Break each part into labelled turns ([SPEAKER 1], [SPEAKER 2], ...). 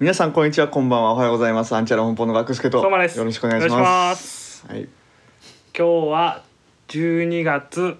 [SPEAKER 1] 皆さんこんにちはこんばんはおはようございますアンチャラ本舗の学助と
[SPEAKER 2] 相馬です
[SPEAKER 1] よろしくお願いし
[SPEAKER 2] お願
[SPEAKER 1] ま
[SPEAKER 2] いします
[SPEAKER 1] はい
[SPEAKER 2] 今日は12月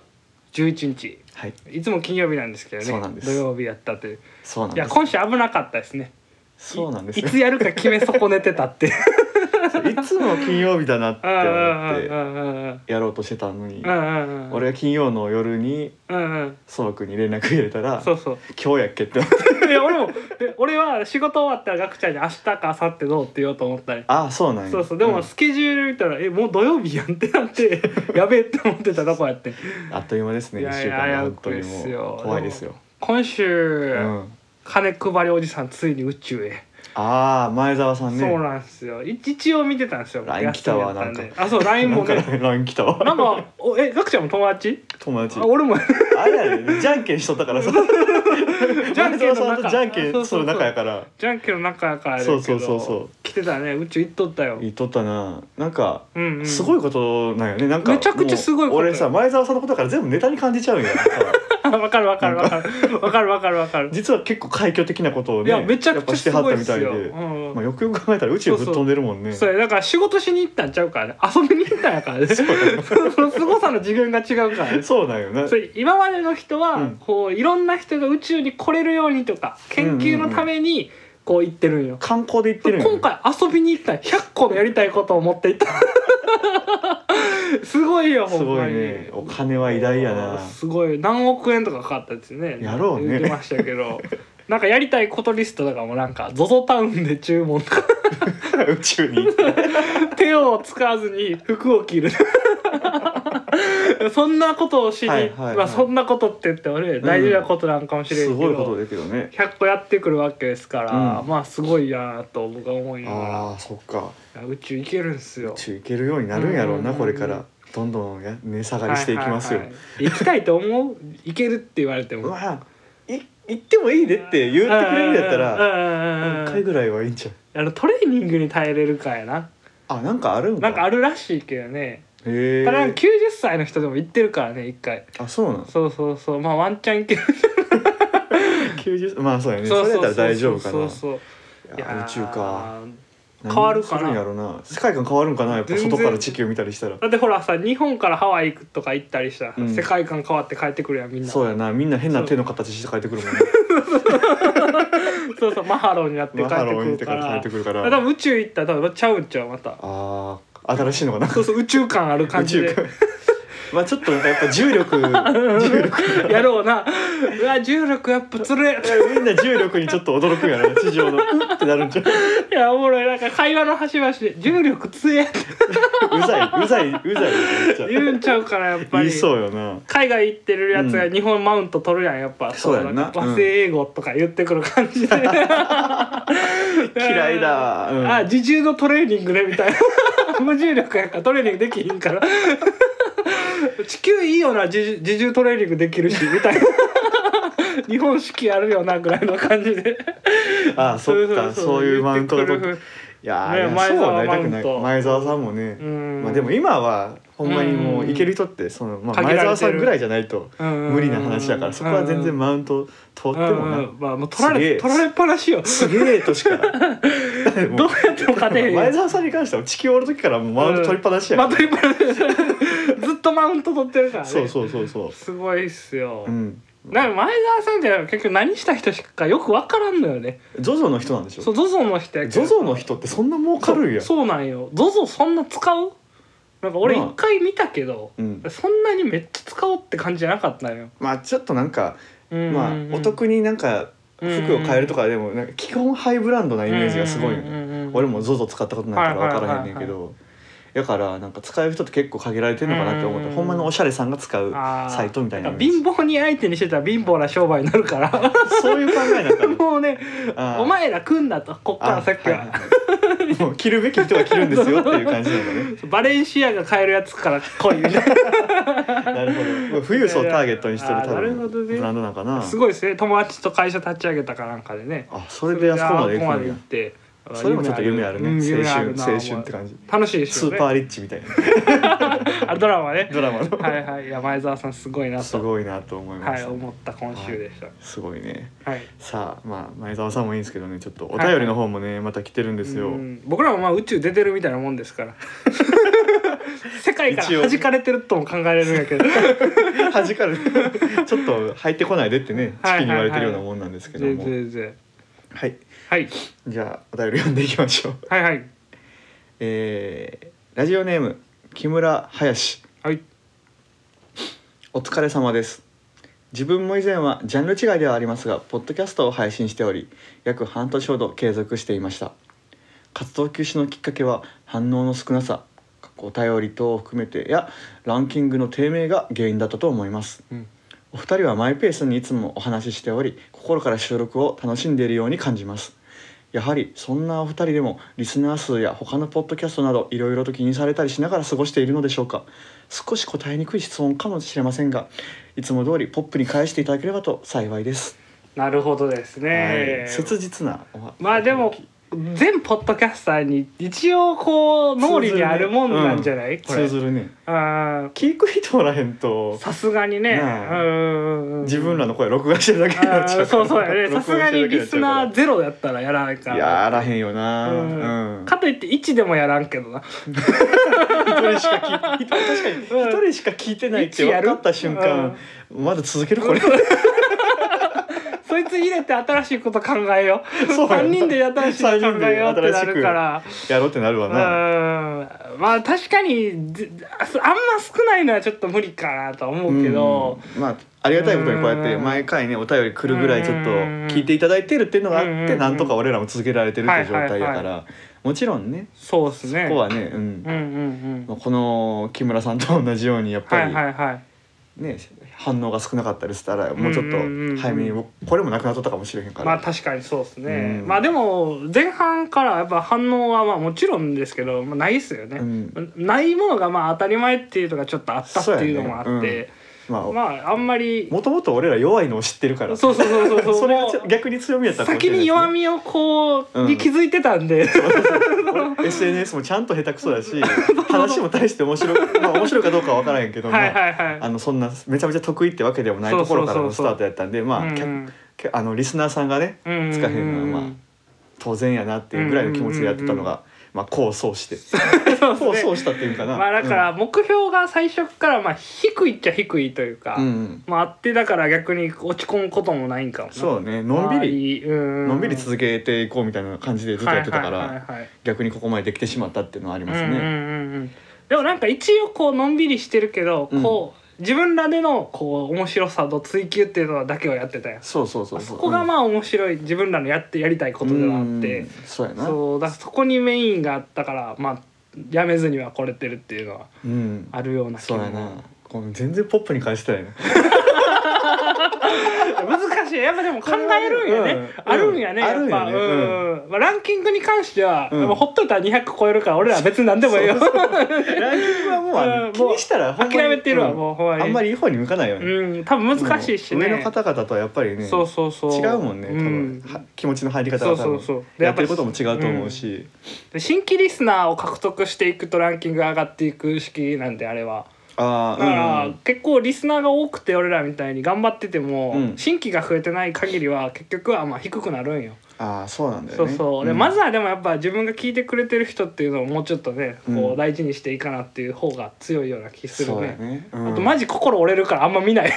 [SPEAKER 2] 11日
[SPEAKER 1] はい
[SPEAKER 2] いつも金曜日なんですけどね
[SPEAKER 1] そうなんです
[SPEAKER 2] 土曜日やったという
[SPEAKER 1] そうなん
[SPEAKER 2] い
[SPEAKER 1] で
[SPEAKER 2] や
[SPEAKER 1] す
[SPEAKER 2] 今週危なかったですね
[SPEAKER 1] そうなんです
[SPEAKER 2] い
[SPEAKER 1] よ
[SPEAKER 2] つやるか決め損ねてたって
[SPEAKER 1] いつも金曜日だなって
[SPEAKER 2] うんうんうん
[SPEAKER 1] 思って
[SPEAKER 2] うん
[SPEAKER 1] やろうとしてたのに
[SPEAKER 2] うんうんうん
[SPEAKER 1] 俺が金曜の夜に
[SPEAKER 2] うんうん
[SPEAKER 1] そば君に連絡入れたら
[SPEAKER 2] そうそう
[SPEAKER 1] 今日やっけって
[SPEAKER 2] いや俺もえ俺は仕事終わったらガクちゃんに明日か明後日どうって言おうと思ったり
[SPEAKER 1] ああそうなんや
[SPEAKER 2] そうそうでも
[SPEAKER 1] ん
[SPEAKER 2] スケジュール見たら、えもう土曜日やんってなってやべえって思ってたとこやって
[SPEAKER 1] あっという間ですね
[SPEAKER 2] い
[SPEAKER 1] 一
[SPEAKER 2] やい
[SPEAKER 1] 週
[SPEAKER 2] や
[SPEAKER 1] 間
[SPEAKER 2] 危う
[SPEAKER 1] 本
[SPEAKER 2] く
[SPEAKER 1] 当に
[SPEAKER 2] ですよ
[SPEAKER 1] もう怖いですよ
[SPEAKER 2] 今週、
[SPEAKER 1] うん
[SPEAKER 2] 金配りおじさんついに宇宙へ
[SPEAKER 1] ああ前澤さんね
[SPEAKER 2] そうなんですよ。い一応見てたんですよ。
[SPEAKER 1] LINE 来たわ
[SPEAKER 2] 休みだったで
[SPEAKER 1] なん
[SPEAKER 2] あ、そう、ライン
[SPEAKER 1] な
[SPEAKER 2] も
[SPEAKER 1] んか
[SPEAKER 2] ね。
[SPEAKER 1] LINE 来たわ
[SPEAKER 2] なんか、おえ、ガクちゃんも友達。
[SPEAKER 1] 友達
[SPEAKER 2] あ、俺も。
[SPEAKER 1] あれやねじゃんけんしとった からさ
[SPEAKER 2] じゃんけ
[SPEAKER 1] 前
[SPEAKER 2] んの
[SPEAKER 1] 澤さんと
[SPEAKER 2] 中。
[SPEAKER 1] じゃんけ
[SPEAKER 2] あそうんそ
[SPEAKER 1] そうの
[SPEAKER 2] そう
[SPEAKER 1] 仲やから
[SPEAKER 2] じゃんけんの中やからやけ
[SPEAKER 1] そ
[SPEAKER 2] ど。
[SPEAKER 1] うそうそうそう
[SPEAKER 2] 来てたね、宇宙行っとったよ。
[SPEAKER 1] 言っとったななんか
[SPEAKER 2] うん、うん。
[SPEAKER 1] すごいことなんよねなんか
[SPEAKER 2] めちゃくちゃすごいこと
[SPEAKER 1] もう俺さ前澤さんのことから全部ネタに感じちゃうんや なんか
[SPEAKER 2] あ わかるわかるわかる。わかるわかるわ かる。
[SPEAKER 1] 実は結構快挙的なことを
[SPEAKER 2] い
[SPEAKER 1] ね
[SPEAKER 2] や、めちゃくちゃすごい
[SPEAKER 1] や
[SPEAKER 2] で
[SPEAKER 1] っ
[SPEAKER 2] す
[SPEAKER 1] ぱして
[SPEAKER 2] よ。
[SPEAKER 1] は
[SPEAKER 2] う
[SPEAKER 1] ったみたいで、
[SPEAKER 2] んう
[SPEAKER 1] まあ、
[SPEAKER 2] ん。
[SPEAKER 1] よくよく考えたら宇宙ぶっ飛んでるもんね
[SPEAKER 2] それだから仕事しに行ったんちゃうからね遊びに行ったんやからね その凄さの次元が違うからね
[SPEAKER 1] そうなんよな
[SPEAKER 2] それ今までの人は、
[SPEAKER 1] うん
[SPEAKER 2] こういろんな人が宇宙に来れるようにとか研究のためにこう行ってるんよ。
[SPEAKER 1] 観光で行ってるんよね
[SPEAKER 2] 今回遊びに行ったら100個のやりたいことを持っていった。 すごいよほ
[SPEAKER 1] す
[SPEAKER 2] ん
[SPEAKER 1] ご
[SPEAKER 2] ま
[SPEAKER 1] い
[SPEAKER 2] に。
[SPEAKER 1] ねお金は偉大やな
[SPEAKER 2] すごい何億円とかかかったですね。
[SPEAKER 1] やろうね
[SPEAKER 2] 言ってましたけど。なんかやりたいことリストとかもなんか ZOZO タウンで注文とか
[SPEAKER 1] 宇宙に行 って
[SPEAKER 2] 手を使わずに服を着る そんなことをしに、
[SPEAKER 1] はいはいはい
[SPEAKER 2] まあそんなことって言ってもね大事なことなんかもしれんけ
[SPEAKER 1] す
[SPEAKER 2] ど、
[SPEAKER 1] ごいことだけどね
[SPEAKER 2] 100個やってくるわけですから、
[SPEAKER 1] うん
[SPEAKER 2] まあすごいなと僕は思いなが
[SPEAKER 1] ああそっから
[SPEAKER 2] いや宇宙行けるんすよ
[SPEAKER 1] 宇宙行けるようになるんやろうな
[SPEAKER 2] うん
[SPEAKER 1] これからどんどんや値下がりしていきますよ
[SPEAKER 2] はははい行きたいと思う行けるって言われても
[SPEAKER 1] まあい行ってもいいでって言ってくれるんやったら
[SPEAKER 2] ら
[SPEAKER 1] 一回ぐらいはいいんちゃう
[SPEAKER 2] あのトレーニングに耐えれるかやな
[SPEAKER 1] あなんかあるんか
[SPEAKER 2] なんかあるらしいけどね
[SPEAKER 1] へえ
[SPEAKER 2] ただなんか90歳の人でも行ってるからね一回
[SPEAKER 1] あそうなの
[SPEAKER 2] そうそうそうまあワンチャン行ける
[SPEAKER 1] 90まあそうやね
[SPEAKER 2] そ
[SPEAKER 1] そうれや
[SPEAKER 2] そ
[SPEAKER 1] っ
[SPEAKER 2] う
[SPEAKER 1] た
[SPEAKER 2] そう
[SPEAKER 1] ら大丈夫か
[SPEAKER 2] そう
[SPEAKER 1] な
[SPEAKER 2] そう
[SPEAKER 1] いや宇宙か
[SPEAKER 2] 変わるかな
[SPEAKER 1] 何すんやろな世界観変わるんかなやっぱ
[SPEAKER 2] 全然
[SPEAKER 1] 外から地球見たりしたら
[SPEAKER 2] だってほらさ日本からハワイ行くとか行ったりしたらさ、
[SPEAKER 1] うん
[SPEAKER 2] 世界観変わって帰ってくるやんみんな
[SPEAKER 1] そうやなみんな変な手の形して帰ってくるもん ね
[SPEAKER 2] そうそうマハローになって帰っ
[SPEAKER 1] マハ
[SPEAKER 2] て
[SPEAKER 1] ロ
[SPEAKER 2] く
[SPEAKER 1] ー見
[SPEAKER 2] る
[SPEAKER 1] て
[SPEAKER 2] か
[SPEAKER 1] から帰
[SPEAKER 2] ら
[SPEAKER 1] ってくるか
[SPEAKER 2] だから
[SPEAKER 1] ら
[SPEAKER 2] 多分宇宙行ったら多分ちゃうんちゃうまた
[SPEAKER 1] あー新しいのかな
[SPEAKER 2] そうそう宇宙感ある感じ
[SPEAKER 1] 宇宙
[SPEAKER 2] で
[SPEAKER 1] か まあちょっとなんかやっぱ重 力重力
[SPEAKER 2] やろうなうわ重力やっぱつれ
[SPEAKER 1] みんな重力にちょっと驚くんやな地上のうってなるんちゃう
[SPEAKER 2] いやおもろいなんか会話の端々で重力つえって
[SPEAKER 1] うざいうざいうざいって言っちゃ
[SPEAKER 2] 言うんちゃうからやっぱ
[SPEAKER 1] う言
[SPEAKER 2] り
[SPEAKER 1] いそうよな
[SPEAKER 2] 海外行ってるやつ
[SPEAKER 1] う
[SPEAKER 2] が
[SPEAKER 1] ん
[SPEAKER 2] 日本マウント取るやんやっぱ
[SPEAKER 1] そうやんな
[SPEAKER 2] か和製英語とか言ってくる 感じで嫌
[SPEAKER 1] 嫌いだうん
[SPEAKER 2] あ自重のトレーニングねみたいな 無重力やからトレーニングできひんから 地球いいよな自重自重トレーニングできるしみたいな 日本式あるよなぐらいの感じで
[SPEAKER 1] あそっかそういうマウントが
[SPEAKER 2] 言
[SPEAKER 1] 取
[SPEAKER 2] っ
[SPEAKER 1] ってて
[SPEAKER 2] く
[SPEAKER 1] い
[SPEAKER 2] る
[SPEAKER 1] やー
[SPEAKER 2] ね
[SPEAKER 1] いや
[SPEAKER 2] 前
[SPEAKER 1] そう
[SPEAKER 2] 澤
[SPEAKER 1] はなりたくな
[SPEAKER 2] マウント
[SPEAKER 1] い前澤さんもね
[SPEAKER 2] うん
[SPEAKER 1] まあでも今はほんまにもう
[SPEAKER 2] うん
[SPEAKER 1] いける人ってそのまあ
[SPEAKER 2] 限ら
[SPEAKER 1] 前
[SPEAKER 2] れて
[SPEAKER 1] 澤
[SPEAKER 2] る
[SPEAKER 1] さんぐらいじゃないと
[SPEAKER 2] うん
[SPEAKER 1] 無理な話だからそこは全然マウント取っても
[SPEAKER 2] う
[SPEAKER 1] なん
[SPEAKER 2] うんまあもう取ら
[SPEAKER 1] すげ
[SPEAKER 2] れ
[SPEAKER 1] え
[SPEAKER 2] 取られっぱなしよ
[SPEAKER 1] すげえとし かどうや
[SPEAKER 2] どうやっても勝てへん よ
[SPEAKER 1] 前澤さんに関しては地球おる時からもうマウント取りっぱなしや
[SPEAKER 2] ま
[SPEAKER 1] か
[SPEAKER 2] あ
[SPEAKER 1] ら
[SPEAKER 2] 取りっぱなしずっとマウント取ってるからね
[SPEAKER 1] そうそうそうそ
[SPEAKER 2] すごいっすよ、
[SPEAKER 1] ううん
[SPEAKER 2] なんか前澤さんって結局何した人しかよく分からんのよね
[SPEAKER 1] ジョジョの人なんでしょ
[SPEAKER 2] そうゾゾの人やけ
[SPEAKER 1] ゾ
[SPEAKER 2] ど
[SPEAKER 1] ゾの人ってそんな儲かるんや
[SPEAKER 2] そうそうなんよゾゾそんな使うなんか俺
[SPEAKER 1] まあ
[SPEAKER 2] 一回見たけど、
[SPEAKER 1] うん
[SPEAKER 2] そんなにめっちゃ使おうって感じじゃなかったのよ、
[SPEAKER 1] まあちょっとなんか
[SPEAKER 2] うんうん
[SPEAKER 1] まあ
[SPEAKER 2] うん
[SPEAKER 1] お得になんか服を変えるとかでもなんか基本ハイブランドなイメージがすごいよ
[SPEAKER 2] うんうんうんうんう
[SPEAKER 1] ね
[SPEAKER 2] ん
[SPEAKER 1] 俺も ZOZO 使ったことないから分からへんねんけ
[SPEAKER 2] はいはいはい
[SPEAKER 1] どだからなんか使える人って結構限られてるのかなって思
[SPEAKER 2] うん
[SPEAKER 1] っ
[SPEAKER 2] うんう
[SPEAKER 1] た
[SPEAKER 2] ん
[SPEAKER 1] ほんまのおしゃれさんが使う
[SPEAKER 2] あー
[SPEAKER 1] サイトみたいなイメージ
[SPEAKER 2] 貧乏に相手にしてたら貧乏な商売になるから
[SPEAKER 1] そういう考えなんかね
[SPEAKER 2] もうね
[SPEAKER 1] あー
[SPEAKER 2] お前ら組んだとこっからさっきは、
[SPEAKER 1] あはいはいはいもう着るべき人が着るんですよっていう感じなんだね
[SPEAKER 2] バレンシアが買えるやつから来いみたい
[SPEAKER 1] なるほどもう富裕層をターゲットにしてる
[SPEAKER 2] あー
[SPEAKER 1] 多
[SPEAKER 2] なるほど
[SPEAKER 1] 分
[SPEAKER 2] ね
[SPEAKER 1] ブランドなんかな
[SPEAKER 2] なすごいですね友達と会社立ち上げたかなんかでね
[SPEAKER 1] あそれであそこまで
[SPEAKER 2] それ
[SPEAKER 1] 行くん
[SPEAKER 2] で行
[SPEAKER 1] や
[SPEAKER 2] って
[SPEAKER 1] それもちょっと夢あるね
[SPEAKER 2] うん夢あ
[SPEAKER 1] 青
[SPEAKER 2] る
[SPEAKER 1] 春
[SPEAKER 2] な
[SPEAKER 1] 青春って感じ
[SPEAKER 2] 楽しいです
[SPEAKER 1] ス
[SPEAKER 2] よ
[SPEAKER 1] ー
[SPEAKER 2] ね
[SPEAKER 1] パーリッチみたいな
[SPEAKER 2] あ ドラマね
[SPEAKER 1] ドラマの
[SPEAKER 2] はいはいいや前澤さんすごいな
[SPEAKER 1] す
[SPEAKER 2] と
[SPEAKER 1] ごいなと思いま
[SPEAKER 2] は
[SPEAKER 1] し
[SPEAKER 2] い
[SPEAKER 1] た、
[SPEAKER 2] 思った今週でした
[SPEAKER 1] すごいね
[SPEAKER 2] はい
[SPEAKER 1] さあまあ前澤さんもいいんですけどねちょっとお便りの方もね、また来てるんですよ、
[SPEAKER 2] うん僕らもまあ宇宙出てるみたいなもんですから世界から弾かれてるとも考えられるんやけど
[SPEAKER 1] 端から ちょっと入ってこないでってねチキに言われてるようなもんなん ですけど
[SPEAKER 2] 全
[SPEAKER 1] もはい
[SPEAKER 2] 然全然はい
[SPEAKER 1] じゃあお便り読んでいきましょう
[SPEAKER 2] はいはい
[SPEAKER 1] えー、ラジオネーム木村林
[SPEAKER 2] はい
[SPEAKER 1] お疲れ様です自分も以前はジャンル違いではありますがポッドキャストを配信しており約半年ほど継続していました活動休止のきっかけは反応の少なさかっこお便り等を含めてやランキングの低迷が原因だったと思います
[SPEAKER 2] うん
[SPEAKER 1] お二人はマイペースにいつもお話ししており心から収録を楽しんでいるように感じますやはりそんなお二人でもリスナー数や他のポッドキャストなどいろいろと気にされたりしながら過ごしているのでしょうか少し答えにくい質問かもしれませんがいつも通りポップに返していただければと幸いです、
[SPEAKER 2] なるほどですね
[SPEAKER 1] はい、切実なおは
[SPEAKER 2] まあでも全ポッドキャスターに一応こう脳裏にあるもんなんじゃない、これ
[SPEAKER 1] 通ずるね
[SPEAKER 2] あ
[SPEAKER 1] 聞く人おらへん
[SPEAKER 2] ー
[SPEAKER 1] と
[SPEAKER 2] さすがにね
[SPEAKER 1] なあ
[SPEAKER 2] うん
[SPEAKER 1] 自分らの声録画してるだけにな っちゃう
[SPEAKER 2] あーそうそうやね
[SPEAKER 1] 録
[SPEAKER 2] さ
[SPEAKER 1] 画
[SPEAKER 2] すが
[SPEAKER 1] して
[SPEAKER 2] に
[SPEAKER 1] るだけな
[SPEAKER 2] リ
[SPEAKER 1] っちゃ
[SPEAKER 2] ス
[SPEAKER 1] うから
[SPEAKER 2] ナーゼロやったらやらないから
[SPEAKER 1] やらへんよな
[SPEAKER 2] う
[SPEAKER 1] うんん、
[SPEAKER 2] かといって1でもやらんけどな
[SPEAKER 1] 一人しか聞い確かに
[SPEAKER 2] うん
[SPEAKER 1] 一人しか聞いてないって
[SPEAKER 2] 一や
[SPEAKER 1] 分
[SPEAKER 2] る
[SPEAKER 1] かった瞬間、まだ続けるこれ
[SPEAKER 2] そいつ入れて新しいこと考えよう
[SPEAKER 1] そうやな
[SPEAKER 2] 3人で新しいこと考えようってなるから
[SPEAKER 1] やろうってなる
[SPEAKER 2] う
[SPEAKER 1] わな、
[SPEAKER 2] んまあ確かにずああんま少ないのはちょっと無理かなとは思うけど、
[SPEAKER 1] うんまあありがたいことにこうやって
[SPEAKER 2] うん
[SPEAKER 1] 毎回ねお便り来るぐらいちょっと
[SPEAKER 2] うん
[SPEAKER 1] 聞いていただいてるっていうのがあっ
[SPEAKER 2] うん
[SPEAKER 1] てなんとか俺らも続けられてるっていう状態や
[SPEAKER 2] は
[SPEAKER 1] か
[SPEAKER 2] いは
[SPEAKER 1] らもちろんね
[SPEAKER 2] そうで
[SPEAKER 1] こ
[SPEAKER 2] すね
[SPEAKER 1] こはね、うん
[SPEAKER 2] うんうんうん
[SPEAKER 1] この木村さんと同じようにやっ
[SPEAKER 2] は
[SPEAKER 1] ぱ
[SPEAKER 2] い
[SPEAKER 1] り
[SPEAKER 2] はいはい
[SPEAKER 1] ね反応が少なかったりしたらもうちょっと
[SPEAKER 2] うんうんうん
[SPEAKER 1] 早めにこれもなくなっとったかもしれへんから、
[SPEAKER 2] まあ確かにそうですね、
[SPEAKER 1] うん
[SPEAKER 2] まあでも前半からやっぱ反応はまあもちろんですけど、まあ、ないですよね、
[SPEAKER 1] うん
[SPEAKER 2] ないものがまあ当たり前っていうのがちょっとあったっていうのもあって、
[SPEAKER 1] そうやねまあ
[SPEAKER 2] まああんまり
[SPEAKER 1] もともと俺ら弱いのを知ってるから
[SPEAKER 2] そうそうそうそうそう
[SPEAKER 1] それが
[SPEAKER 2] もう
[SPEAKER 1] ちょ逆に強みやったかもし
[SPEAKER 2] 先
[SPEAKER 1] れないで
[SPEAKER 2] に
[SPEAKER 1] す
[SPEAKER 2] 弱
[SPEAKER 1] ね、
[SPEAKER 2] みをこう、
[SPEAKER 1] うん
[SPEAKER 2] に気づいてたんで
[SPEAKER 1] 俺 SNS もちゃんと下手くそだ し話も大して面白い、まあ、面白いかどうかは分からへんけども
[SPEAKER 2] はいはいはい
[SPEAKER 1] あのそんなめちゃめちゃ得意ってわけでもないところからのスタートやったんでまあ、
[SPEAKER 2] うん
[SPEAKER 1] 客客あのリスナーさんがね
[SPEAKER 2] うん
[SPEAKER 1] つかへんのはまあ当然やなっていうぐらいの気持ちでやってたのが、まあ功を奏して
[SPEAKER 2] そう
[SPEAKER 1] 功を
[SPEAKER 2] ですね
[SPEAKER 1] 奏したっていうかな。
[SPEAKER 2] まあだから目標が最初からまあ低いっちゃ低いというか、
[SPEAKER 1] うん、うん
[SPEAKER 2] まああってだから逆に落ち込むこともないんかもな
[SPEAKER 1] そうねのんびり、
[SPEAKER 2] りの
[SPEAKER 1] のんびり続けていこうみたいな感じでずっとやってたから、
[SPEAKER 2] はいはいはいはい
[SPEAKER 1] 逆にここまでできてしまったっていうのはありますね。
[SPEAKER 2] うんうんうんうんでもなんか一応こうのんびりしてるけど、
[SPEAKER 1] うん
[SPEAKER 2] こう自分らでのこう面白さと追求っていうのだけはやってたやん
[SPEAKER 1] そうそうそう
[SPEAKER 2] そこがまあ面白い自分らのやってやりたいことではあって、
[SPEAKER 1] うんそうやなう、
[SPEAKER 2] そうだからそこにメインがあったからまあやめずには来れてるっていうのは
[SPEAKER 1] ん、
[SPEAKER 2] あるような気
[SPEAKER 1] そう
[SPEAKER 2] も
[SPEAKER 1] やなこの全然ポップに返してない な
[SPEAKER 2] 難しいやっぱでも考えるんやね、
[SPEAKER 1] うん
[SPEAKER 2] あるんやね、
[SPEAKER 1] うん
[SPEAKER 2] やっぱ、
[SPEAKER 1] あるんやね
[SPEAKER 2] うんまあ、ランキングに関しては、
[SPEAKER 1] うん
[SPEAKER 2] もうほっといたら200超えるから俺らは別に何でもいいよ
[SPEAKER 1] そうランキングはもうあの
[SPEAKER 2] うん
[SPEAKER 1] 気にしたらほんまに
[SPEAKER 2] 諦めてるわ、
[SPEAKER 1] うん
[SPEAKER 2] もうほんまに
[SPEAKER 1] あんまりいい方に向かないよね、
[SPEAKER 2] うん多分難しいしね
[SPEAKER 1] もう上の方々とはやっぱりね
[SPEAKER 2] そうそうそう
[SPEAKER 1] 違うもんね多分、
[SPEAKER 2] うん
[SPEAKER 1] は気持ちの入り方が多分
[SPEAKER 2] そうそうそうで
[SPEAKER 1] やってることも違うと思うし、
[SPEAKER 2] で新規リスナーを獲得していくとランキングが上がっていく式なんであれは
[SPEAKER 1] あ
[SPEAKER 2] だか
[SPEAKER 1] あ
[SPEAKER 2] ら、
[SPEAKER 1] うんうん
[SPEAKER 2] 結構リスナーが多くて俺らみたいに頑張ってても、
[SPEAKER 1] うん
[SPEAKER 2] 新規が増えてない限りは結局はまあ低くなるんよ
[SPEAKER 1] ああそうなんだ
[SPEAKER 2] そ
[SPEAKER 1] よ
[SPEAKER 2] う
[SPEAKER 1] ね
[SPEAKER 2] そうで、
[SPEAKER 1] ん
[SPEAKER 2] まずはでもやっぱ自分が聞いてくれてる人っていうのをもうちょっとね
[SPEAKER 1] う
[SPEAKER 2] こうん大事にしていいかなっていう方が強いような気する
[SPEAKER 1] そうや
[SPEAKER 2] ね,、
[SPEAKER 1] ね、うん
[SPEAKER 2] あとマジ心折れるからあんま見ない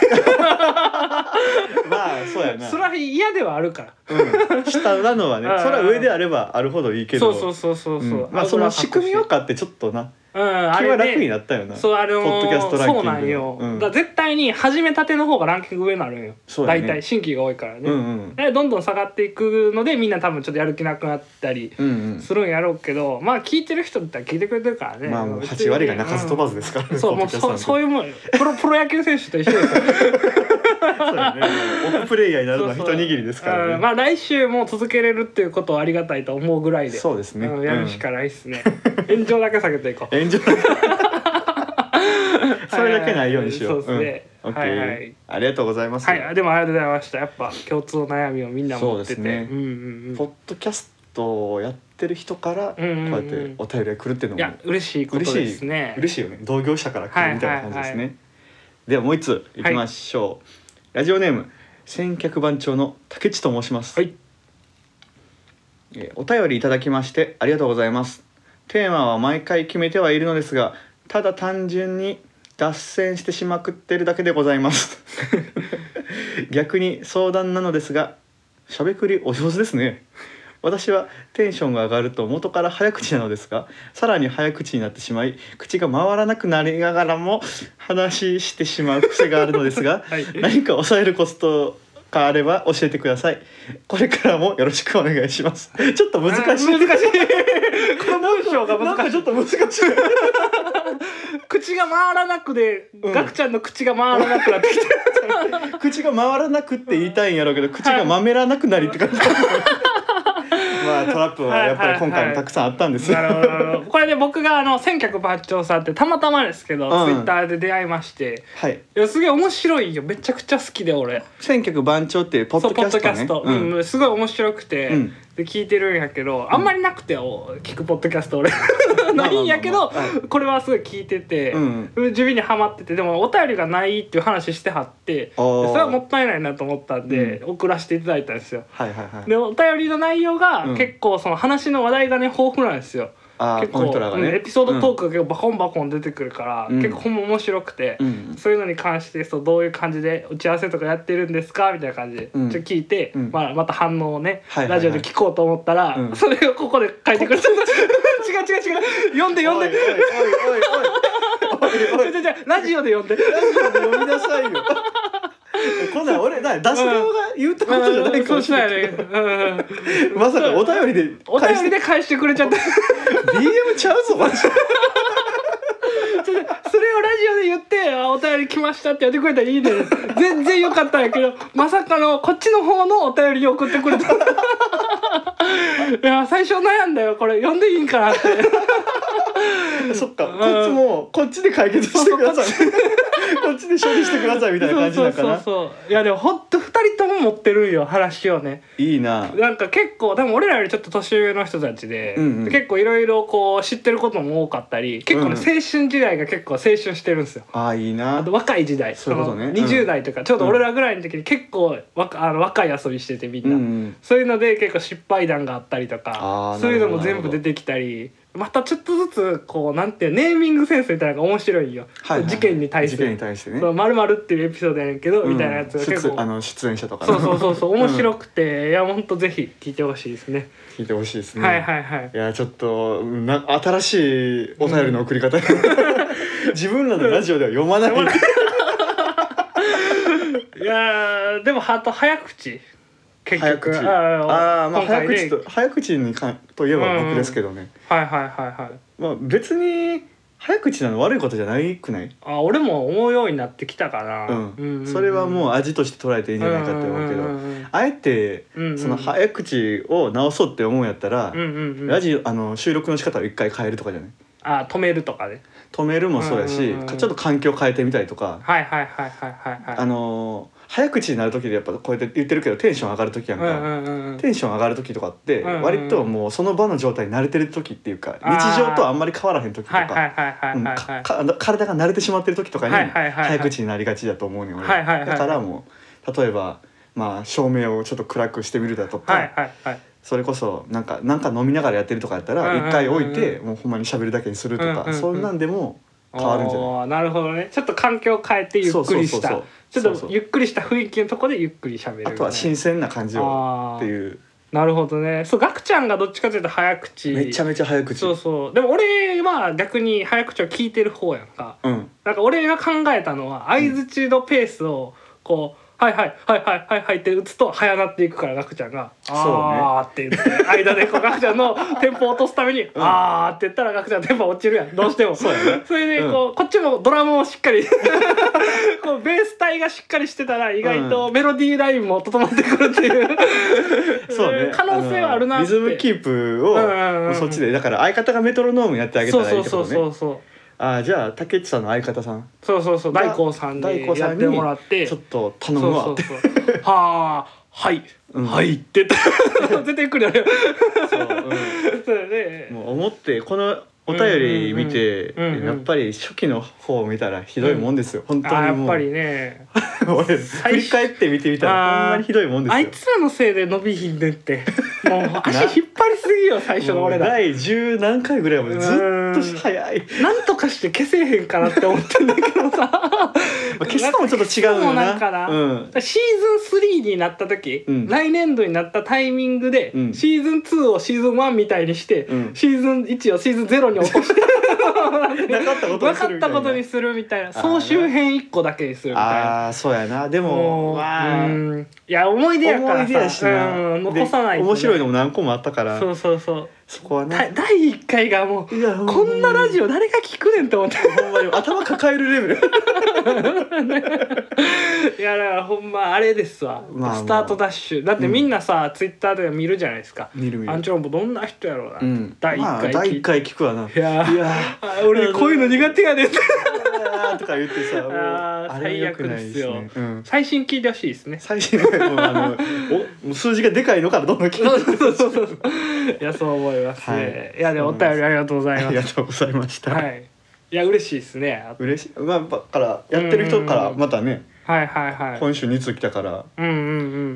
[SPEAKER 1] まあそうやな
[SPEAKER 2] それは嫌ではあるから
[SPEAKER 1] うん下なのはね
[SPEAKER 2] うん
[SPEAKER 1] それは上であればあるほどいいけど
[SPEAKER 2] そうそうそうそうそう、
[SPEAKER 1] うんまあその仕組み
[SPEAKER 2] を
[SPEAKER 1] を買ってちょっとな
[SPEAKER 2] うん、あ
[SPEAKER 1] 気
[SPEAKER 2] れ
[SPEAKER 1] は
[SPEAKER 2] ね
[SPEAKER 1] 楽になったよな
[SPEAKER 2] そうあの
[SPEAKER 1] ポッドキャストランキング
[SPEAKER 2] そうなんよ、
[SPEAKER 1] うん
[SPEAKER 2] だから絶対に始めたての方がランキング上になるんよ、
[SPEAKER 1] そうだね
[SPEAKER 2] 大体新規が多いから
[SPEAKER 1] う
[SPEAKER 2] ね、
[SPEAKER 1] んうん
[SPEAKER 2] でどんどん下がっていくのでみんな多分ちょっとやる気なくなったり
[SPEAKER 1] うんうん
[SPEAKER 2] するんやろうけど、まあ聞いてる人だったら聞いてくれてるからね
[SPEAKER 1] まあもう
[SPEAKER 2] 別に
[SPEAKER 1] 8割が鳴かず飛ばずですから
[SPEAKER 2] う
[SPEAKER 1] ね
[SPEAKER 2] んそうもうそうそういうもんプロプロ野球選手と一緒 ですよ
[SPEAKER 1] そうだねオフプレイヤーになるのは
[SPEAKER 2] そ
[SPEAKER 1] 一
[SPEAKER 2] うそう
[SPEAKER 1] 握りですから
[SPEAKER 2] うんま
[SPEAKER 1] ね
[SPEAKER 2] あ来週も続けれるっていうことはありがたいと思うぐらいで
[SPEAKER 1] そうですね
[SPEAKER 2] んやるしかないで すね、炎上だけ下げていこう
[SPEAKER 1] 炎上それだけないようにしよう
[SPEAKER 2] そうですね
[SPEAKER 1] うん
[SPEAKER 2] はいはい
[SPEAKER 1] OK ありがとうございます
[SPEAKER 2] はい、でもありがとうございました。やっぱ共通の悩みをみんな持ってて、
[SPEAKER 1] そうですね
[SPEAKER 2] うんうんうん。
[SPEAKER 1] ポッドキャストをやってる人からこ
[SPEAKER 2] う
[SPEAKER 1] うん
[SPEAKER 2] うんうん
[SPEAKER 1] やってお便りが来るっていうの
[SPEAKER 2] い
[SPEAKER 1] も
[SPEAKER 2] や嬉しいことですね
[SPEAKER 1] 嬉しいよね同業者から来るみたいな感じですね、
[SPEAKER 2] はいはいは
[SPEAKER 1] ではもう一ついきましょう、ラジオネーム千客番長の竹地と申します、
[SPEAKER 2] はい
[SPEAKER 1] えーお便りいただきましてありがとうございますテーマは毎回決めてはいるのですがただ単純に脱線してしまくってるだけでございます 逆に相談なのですがしゃべくりお上手ですね私はテンションが上がると元から早口なのですがさらに早口になってしまい口が回らなくなりながらも話してしまう癖があるのですが
[SPEAKER 2] はい
[SPEAKER 1] 何か抑えるコツとかあれば教えてくださいこれからもよろしくお願いしますちょっと難しい
[SPEAKER 2] あー難し いこの文章が難しい
[SPEAKER 1] なんかちょっと難しい
[SPEAKER 2] 口が回らなくで、
[SPEAKER 1] うん
[SPEAKER 2] ガクちゃんの口が回らなくなってきて
[SPEAKER 1] 口が回らなくって言いたいんやろうけど口がまめらなくなりって感じ まあトラップはやっぱり今回もたくさんあったん です
[SPEAKER 2] なるほどなるほどこれね僕があの千客八丁さんってたまたまですけど、
[SPEAKER 1] うん
[SPEAKER 2] ツイッターで出会いまして
[SPEAKER 1] はい
[SPEAKER 2] いやすげえ面白いよめちゃくちゃ好きで俺
[SPEAKER 1] 千客番長っていうポッ
[SPEAKER 2] そ
[SPEAKER 1] ド
[SPEAKER 2] う
[SPEAKER 1] キ
[SPEAKER 2] ポ
[SPEAKER 1] ャ
[SPEAKER 2] ッド
[SPEAKER 1] ス
[SPEAKER 2] キ
[SPEAKER 1] ト
[SPEAKER 2] ャ
[SPEAKER 1] ね
[SPEAKER 2] スト、
[SPEAKER 1] うん
[SPEAKER 2] うんすごい面白くて、
[SPEAKER 1] うん
[SPEAKER 2] で聞いてるんやけどあんまりなくて、お聞くポッドキャ スト俺ないんやけど、
[SPEAKER 1] まあまあまあまあはい
[SPEAKER 2] これはすごい聞いてて、
[SPEAKER 1] うん
[SPEAKER 2] 地味にハマっててでもお便りがないっていう話してはって
[SPEAKER 1] あー
[SPEAKER 2] それはもったいないなと思ったんで、送らせていただいたんですよ。
[SPEAKER 1] はいはいはい
[SPEAKER 2] でお便りの内容が
[SPEAKER 1] うん
[SPEAKER 2] 結構その話の話題がね豊富なんですよ。
[SPEAKER 1] あー
[SPEAKER 2] 結
[SPEAKER 1] この
[SPEAKER 2] 構
[SPEAKER 1] 人らがね、
[SPEAKER 2] うんエピソードトークが結構バコンバコン出てくるから、
[SPEAKER 1] うん
[SPEAKER 2] 結構ほんま面白くて、
[SPEAKER 1] うん
[SPEAKER 2] そういうのに関してそうどういう感じで打ち合わせとかやってるんですかみたいな感じで、
[SPEAKER 1] うん
[SPEAKER 2] ちょっと聞いて、
[SPEAKER 1] うん
[SPEAKER 2] まあ、また反応をね、
[SPEAKER 1] はいはいはい
[SPEAKER 2] ラジオで聞こうと思ったら、
[SPEAKER 1] うん
[SPEAKER 2] それをここで書いてくれた 違う違う違う読んで 読んで
[SPEAKER 1] おいおいおいおいおいおいおいおい
[SPEAKER 2] 違う違う違うラジオで読 んで。
[SPEAKER 1] ラジオで読みなさいよこんなん俺な出しが言ったことじゃないか
[SPEAKER 2] そう
[SPEAKER 1] も
[SPEAKER 2] し
[SPEAKER 1] しれ
[SPEAKER 2] た
[SPEAKER 1] ない
[SPEAKER 2] よ ね、うんうん
[SPEAKER 1] けどまさかお便りで
[SPEAKER 2] お
[SPEAKER 1] 返
[SPEAKER 2] 便
[SPEAKER 1] し
[SPEAKER 2] り
[SPEAKER 1] て
[SPEAKER 2] で返してくれちゃった
[SPEAKER 1] DM ちゃうぞマジで
[SPEAKER 2] それをラジオで言ってあ「お便り来ました」ってやってくれたらいいね全然よかったんやけどまさかのこっちの方のお便り送ってく れたいや最初悩んだよこれ読んでいいんかなって
[SPEAKER 1] そっかこっちもこっちで解決してくださいこっちで処理してくださいみたいな感じ
[SPEAKER 2] そ
[SPEAKER 1] な
[SPEAKER 2] う
[SPEAKER 1] のか
[SPEAKER 2] そう
[SPEAKER 1] な
[SPEAKER 2] そういやでもほんと2人とも持ってるんよ話をね
[SPEAKER 1] いいな
[SPEAKER 2] なんか結構でも俺らよりちょっと年上の人たちで、
[SPEAKER 1] うんうん
[SPEAKER 2] 結構いろいろこう知ってることも多かったり結構ね、
[SPEAKER 1] うんうん
[SPEAKER 2] 青春時代が結構青春してるんですよ
[SPEAKER 1] あーいい
[SPEAKER 2] あ
[SPEAKER 1] な
[SPEAKER 2] と若い時代
[SPEAKER 1] そういうことね
[SPEAKER 2] の
[SPEAKER 1] うん
[SPEAKER 2] 20代とか、ちょうど俺らぐらいの時に結構若あの若い遊びしててみん
[SPEAKER 1] うん
[SPEAKER 2] な、
[SPEAKER 1] うん
[SPEAKER 2] そういうので結構失敗談があったりと
[SPEAKER 1] あ
[SPEAKER 2] か
[SPEAKER 1] ー
[SPEAKER 2] そういうの
[SPEAKER 1] なる
[SPEAKER 2] も
[SPEAKER 1] ほ
[SPEAKER 2] 全
[SPEAKER 1] ど
[SPEAKER 2] 部出てきたりまたちょっとずつこうなんていうネーミングセンスみたいなのが面白いよ、
[SPEAKER 1] はいはい
[SPEAKER 2] 事件に対す
[SPEAKER 1] 事件に
[SPEAKER 2] る
[SPEAKER 1] 対して
[SPEAKER 2] 「
[SPEAKER 1] ね
[SPEAKER 2] まるまるっていうエピソードやねんけど、
[SPEAKER 1] うん
[SPEAKER 2] みたいなやつが結
[SPEAKER 1] 出あ
[SPEAKER 2] 構。
[SPEAKER 1] の出演者とかね
[SPEAKER 2] そうそうそ うそう面白くて、いやほんとぜひ聞いてほしいですね、
[SPEAKER 1] 聞いてほしいですね
[SPEAKER 2] はいはいはい
[SPEAKER 1] いやちょっとな新しいお便りの送り 方、自分らのラジオでは読まない
[SPEAKER 2] いやーでもあと早口結
[SPEAKER 1] 早
[SPEAKER 2] 局
[SPEAKER 1] 口
[SPEAKER 2] ー
[SPEAKER 1] ああーまあ
[SPEAKER 2] 今回
[SPEAKER 1] 早
[SPEAKER 2] ね
[SPEAKER 1] 口と早口にかんといえば
[SPEAKER 2] うんう
[SPEAKER 1] 僕
[SPEAKER 2] ん
[SPEAKER 1] ですけどね、
[SPEAKER 2] はいはいはいはい
[SPEAKER 1] まあ別に早口なの悪いことじゃないくない、
[SPEAKER 2] あ俺も思うようになってきたかな、
[SPEAKER 1] うん
[SPEAKER 2] うんうんうん
[SPEAKER 1] それはもう味として捉えていいんじゃないかって思うけど、
[SPEAKER 2] んん
[SPEAKER 1] あえて
[SPEAKER 2] うんうん
[SPEAKER 1] その早口を直そうって思うんやったら、
[SPEAKER 2] うんうんうん
[SPEAKER 1] ラジオあの収録の仕方を一回変えるとかじゃない
[SPEAKER 2] あ止めるとかね
[SPEAKER 1] 止めるもそうやし、
[SPEAKER 2] うんうんうん
[SPEAKER 1] かちょっと環境変えてみたりとか、
[SPEAKER 2] はいはいはいはいはいはい
[SPEAKER 1] あのー早口になる時でやっぱこうやって言ってるけどテンション上がる時やん
[SPEAKER 2] う
[SPEAKER 1] か、
[SPEAKER 2] んうんうんうん
[SPEAKER 1] テンション上がる時とかって
[SPEAKER 2] うんうん
[SPEAKER 1] 割ともうその場の状態に慣れてる時っていうか
[SPEAKER 2] あー
[SPEAKER 1] 日常とあんまり変わらへん時と
[SPEAKER 2] はいはい
[SPEAKER 1] か
[SPEAKER 2] はいは
[SPEAKER 1] う
[SPEAKER 2] い
[SPEAKER 1] ん
[SPEAKER 2] はい
[SPEAKER 1] かか体が慣れてしまってる時とかに
[SPEAKER 2] はいはいはいはい
[SPEAKER 1] 早口になりがちだと思うねん俺
[SPEAKER 2] はいはいはいはい
[SPEAKER 1] だからもう例えばまあ照明をちょっと暗くしてみるだと
[SPEAKER 2] はい
[SPEAKER 1] か
[SPEAKER 2] はいはい
[SPEAKER 1] それこそなんかなんか飲みながらやってるとかやった
[SPEAKER 2] うんうんうんう
[SPEAKER 1] ら
[SPEAKER 2] ん
[SPEAKER 1] 一回置いてもうほんまに喋るだけにすると
[SPEAKER 2] うんうんう
[SPEAKER 1] か
[SPEAKER 2] ん
[SPEAKER 1] そんなんでも変わるんじゃない
[SPEAKER 2] おーなるほどねちょっと環境を変えてゆっくりした
[SPEAKER 1] そうそ
[SPEAKER 2] ち
[SPEAKER 1] うそうそう
[SPEAKER 2] ょっ
[SPEAKER 1] そうそ
[SPEAKER 2] と
[SPEAKER 1] う
[SPEAKER 2] ゆっくりした雰囲気のところでゆっくり喋るみた
[SPEAKER 1] あ
[SPEAKER 2] いな
[SPEAKER 1] とは新鮮な感じをっていう
[SPEAKER 2] なるほどねそうガクちゃんがどっちかというと早口
[SPEAKER 1] めちゃめちゃ早口
[SPEAKER 2] そうそうでも俺は逆に早口を聞いてる方やんか
[SPEAKER 1] うん
[SPEAKER 2] なんか俺が考えたのは相槌のペースをこう、はいはいはいはいはいはいって打つと早なっていくからガクちゃんが「
[SPEAKER 1] うね
[SPEAKER 2] あー」って言って間でこうガクちゃんのテンポを落とすため に「あー」って言ったらガクちゃんテンポ落ちるやんどうしても。
[SPEAKER 1] そうやね
[SPEAKER 2] それでこう、こっちもドラムをしっかり こうベース体がしっかりしてたら意外とメロディーラインも整ってくるっ ていう。
[SPEAKER 1] そうね、
[SPEAKER 2] 可能性はあるなって
[SPEAKER 1] のリズムキープを、
[SPEAKER 2] うんうんうんうん
[SPEAKER 1] そっちでだから相方がメトロノームやってあげた
[SPEAKER 2] そう
[SPEAKER 1] らいい
[SPEAKER 2] そう
[SPEAKER 1] って
[SPEAKER 2] そ
[SPEAKER 1] こ
[SPEAKER 2] う
[SPEAKER 1] と
[SPEAKER 2] そ
[SPEAKER 1] ね
[SPEAKER 2] うそう。
[SPEAKER 1] ああじゃあ竹内さんの相方さん
[SPEAKER 2] そうそうそう
[SPEAKER 1] が
[SPEAKER 2] 大光さん
[SPEAKER 1] 大
[SPEAKER 2] で
[SPEAKER 1] 光
[SPEAKER 2] や
[SPEAKER 1] さ
[SPEAKER 2] っ
[SPEAKER 1] ん
[SPEAKER 2] て
[SPEAKER 1] に
[SPEAKER 2] もらって
[SPEAKER 1] ちょっと頼むわ
[SPEAKER 2] そ
[SPEAKER 1] っ
[SPEAKER 2] うそ
[SPEAKER 1] て
[SPEAKER 2] うそうはあはい、
[SPEAKER 1] うん
[SPEAKER 2] はいって言った出てくるよね
[SPEAKER 1] そうう
[SPEAKER 2] そうだね
[SPEAKER 1] んもう思ってこのお便り見て、
[SPEAKER 2] うんうんうん
[SPEAKER 1] やっぱり初期の方を見たらひどいもんですよ、本当
[SPEAKER 2] あ
[SPEAKER 1] に
[SPEAKER 2] や
[SPEAKER 1] も
[SPEAKER 2] っ
[SPEAKER 1] う
[SPEAKER 2] ぱりね
[SPEAKER 1] 俺振り返って見てみたらほんまにひどいもんですよ
[SPEAKER 2] あいつらのせいで伸びひんでって もう足引っ張りすぎよ最初の俺
[SPEAKER 1] もう
[SPEAKER 2] ら
[SPEAKER 1] 第十何回ぐらいまでずっと早い、
[SPEAKER 2] なんとかして消せへんかなって思ってんだけどさ
[SPEAKER 1] まあ、消すのもちょっと違う
[SPEAKER 2] も
[SPEAKER 1] よ
[SPEAKER 2] なん
[SPEAKER 1] な
[SPEAKER 2] かな
[SPEAKER 1] うん
[SPEAKER 2] シーズン3になった時、
[SPEAKER 1] うん
[SPEAKER 2] 来年度になったタイミングで、
[SPEAKER 1] うん
[SPEAKER 2] シーズン2をシーズン1みたいにして、
[SPEAKER 1] うん
[SPEAKER 2] シーズン1をシーズン0に落として
[SPEAKER 1] なかったこと
[SPEAKER 2] 分
[SPEAKER 1] にする
[SPEAKER 2] かっ
[SPEAKER 1] みた
[SPEAKER 2] た
[SPEAKER 1] いな
[SPEAKER 2] ことにするみたいな
[SPEAKER 1] ー
[SPEAKER 2] 総集編1個だけにするみたいな。
[SPEAKER 1] ああそうやなで
[SPEAKER 2] も
[SPEAKER 1] も
[SPEAKER 2] う
[SPEAKER 1] まあ
[SPEAKER 2] うんいや思い出やからさ
[SPEAKER 1] 思い出やしな、
[SPEAKER 2] うん、残さない
[SPEAKER 1] で
[SPEAKER 2] とね
[SPEAKER 1] 面白いのも何個もあったから
[SPEAKER 2] そ
[SPEAKER 1] そう
[SPEAKER 2] そうそう
[SPEAKER 1] こは
[SPEAKER 2] だ
[SPEAKER 1] ね
[SPEAKER 2] 第1回がもう
[SPEAKER 1] いやほんまに
[SPEAKER 2] こんなラジオ誰が聞くねんって思って
[SPEAKER 1] ほんまに頭抱えるレベル
[SPEAKER 2] いやだからほんまあれですわ、
[SPEAKER 1] まあ
[SPEAKER 2] スタートダッシュだってみんなさ、ツイッターで見るじゃないですか
[SPEAKER 1] 見る見
[SPEAKER 2] アンチョロンボどんな人やろうな、
[SPEAKER 1] うん
[SPEAKER 2] 第
[SPEAKER 1] ま
[SPEAKER 2] 1
[SPEAKER 1] あ
[SPEAKER 2] 回
[SPEAKER 1] 第
[SPEAKER 2] 聞
[SPEAKER 1] 一
[SPEAKER 2] いて、
[SPEAKER 1] 回聞くわない
[SPEAKER 2] やー
[SPEAKER 1] いや
[SPEAKER 2] あ俺こういうの苦手やねん
[SPEAKER 1] ーとか言ってさもう
[SPEAKER 2] あー
[SPEAKER 1] あれ良くないです
[SPEAKER 2] 最悪
[SPEAKER 1] ね
[SPEAKER 2] で
[SPEAKER 1] うん
[SPEAKER 2] 最新聞いてほしいですね
[SPEAKER 1] 最新のもうあのおもう数字がでかいのからどんどん聞いて
[SPEAKER 2] そうそうそうそう いやそう思いますね、
[SPEAKER 1] はい
[SPEAKER 2] い、やでもお便りありがとうござい
[SPEAKER 1] あ
[SPEAKER 2] ま
[SPEAKER 1] りが
[SPEAKER 2] す
[SPEAKER 1] とうございました、
[SPEAKER 2] はいいや嬉しいですねあ
[SPEAKER 1] 嬉しいまあだからやってる人からまたね
[SPEAKER 2] はいはいはい
[SPEAKER 1] 今週2通来たから
[SPEAKER 2] うんうんうん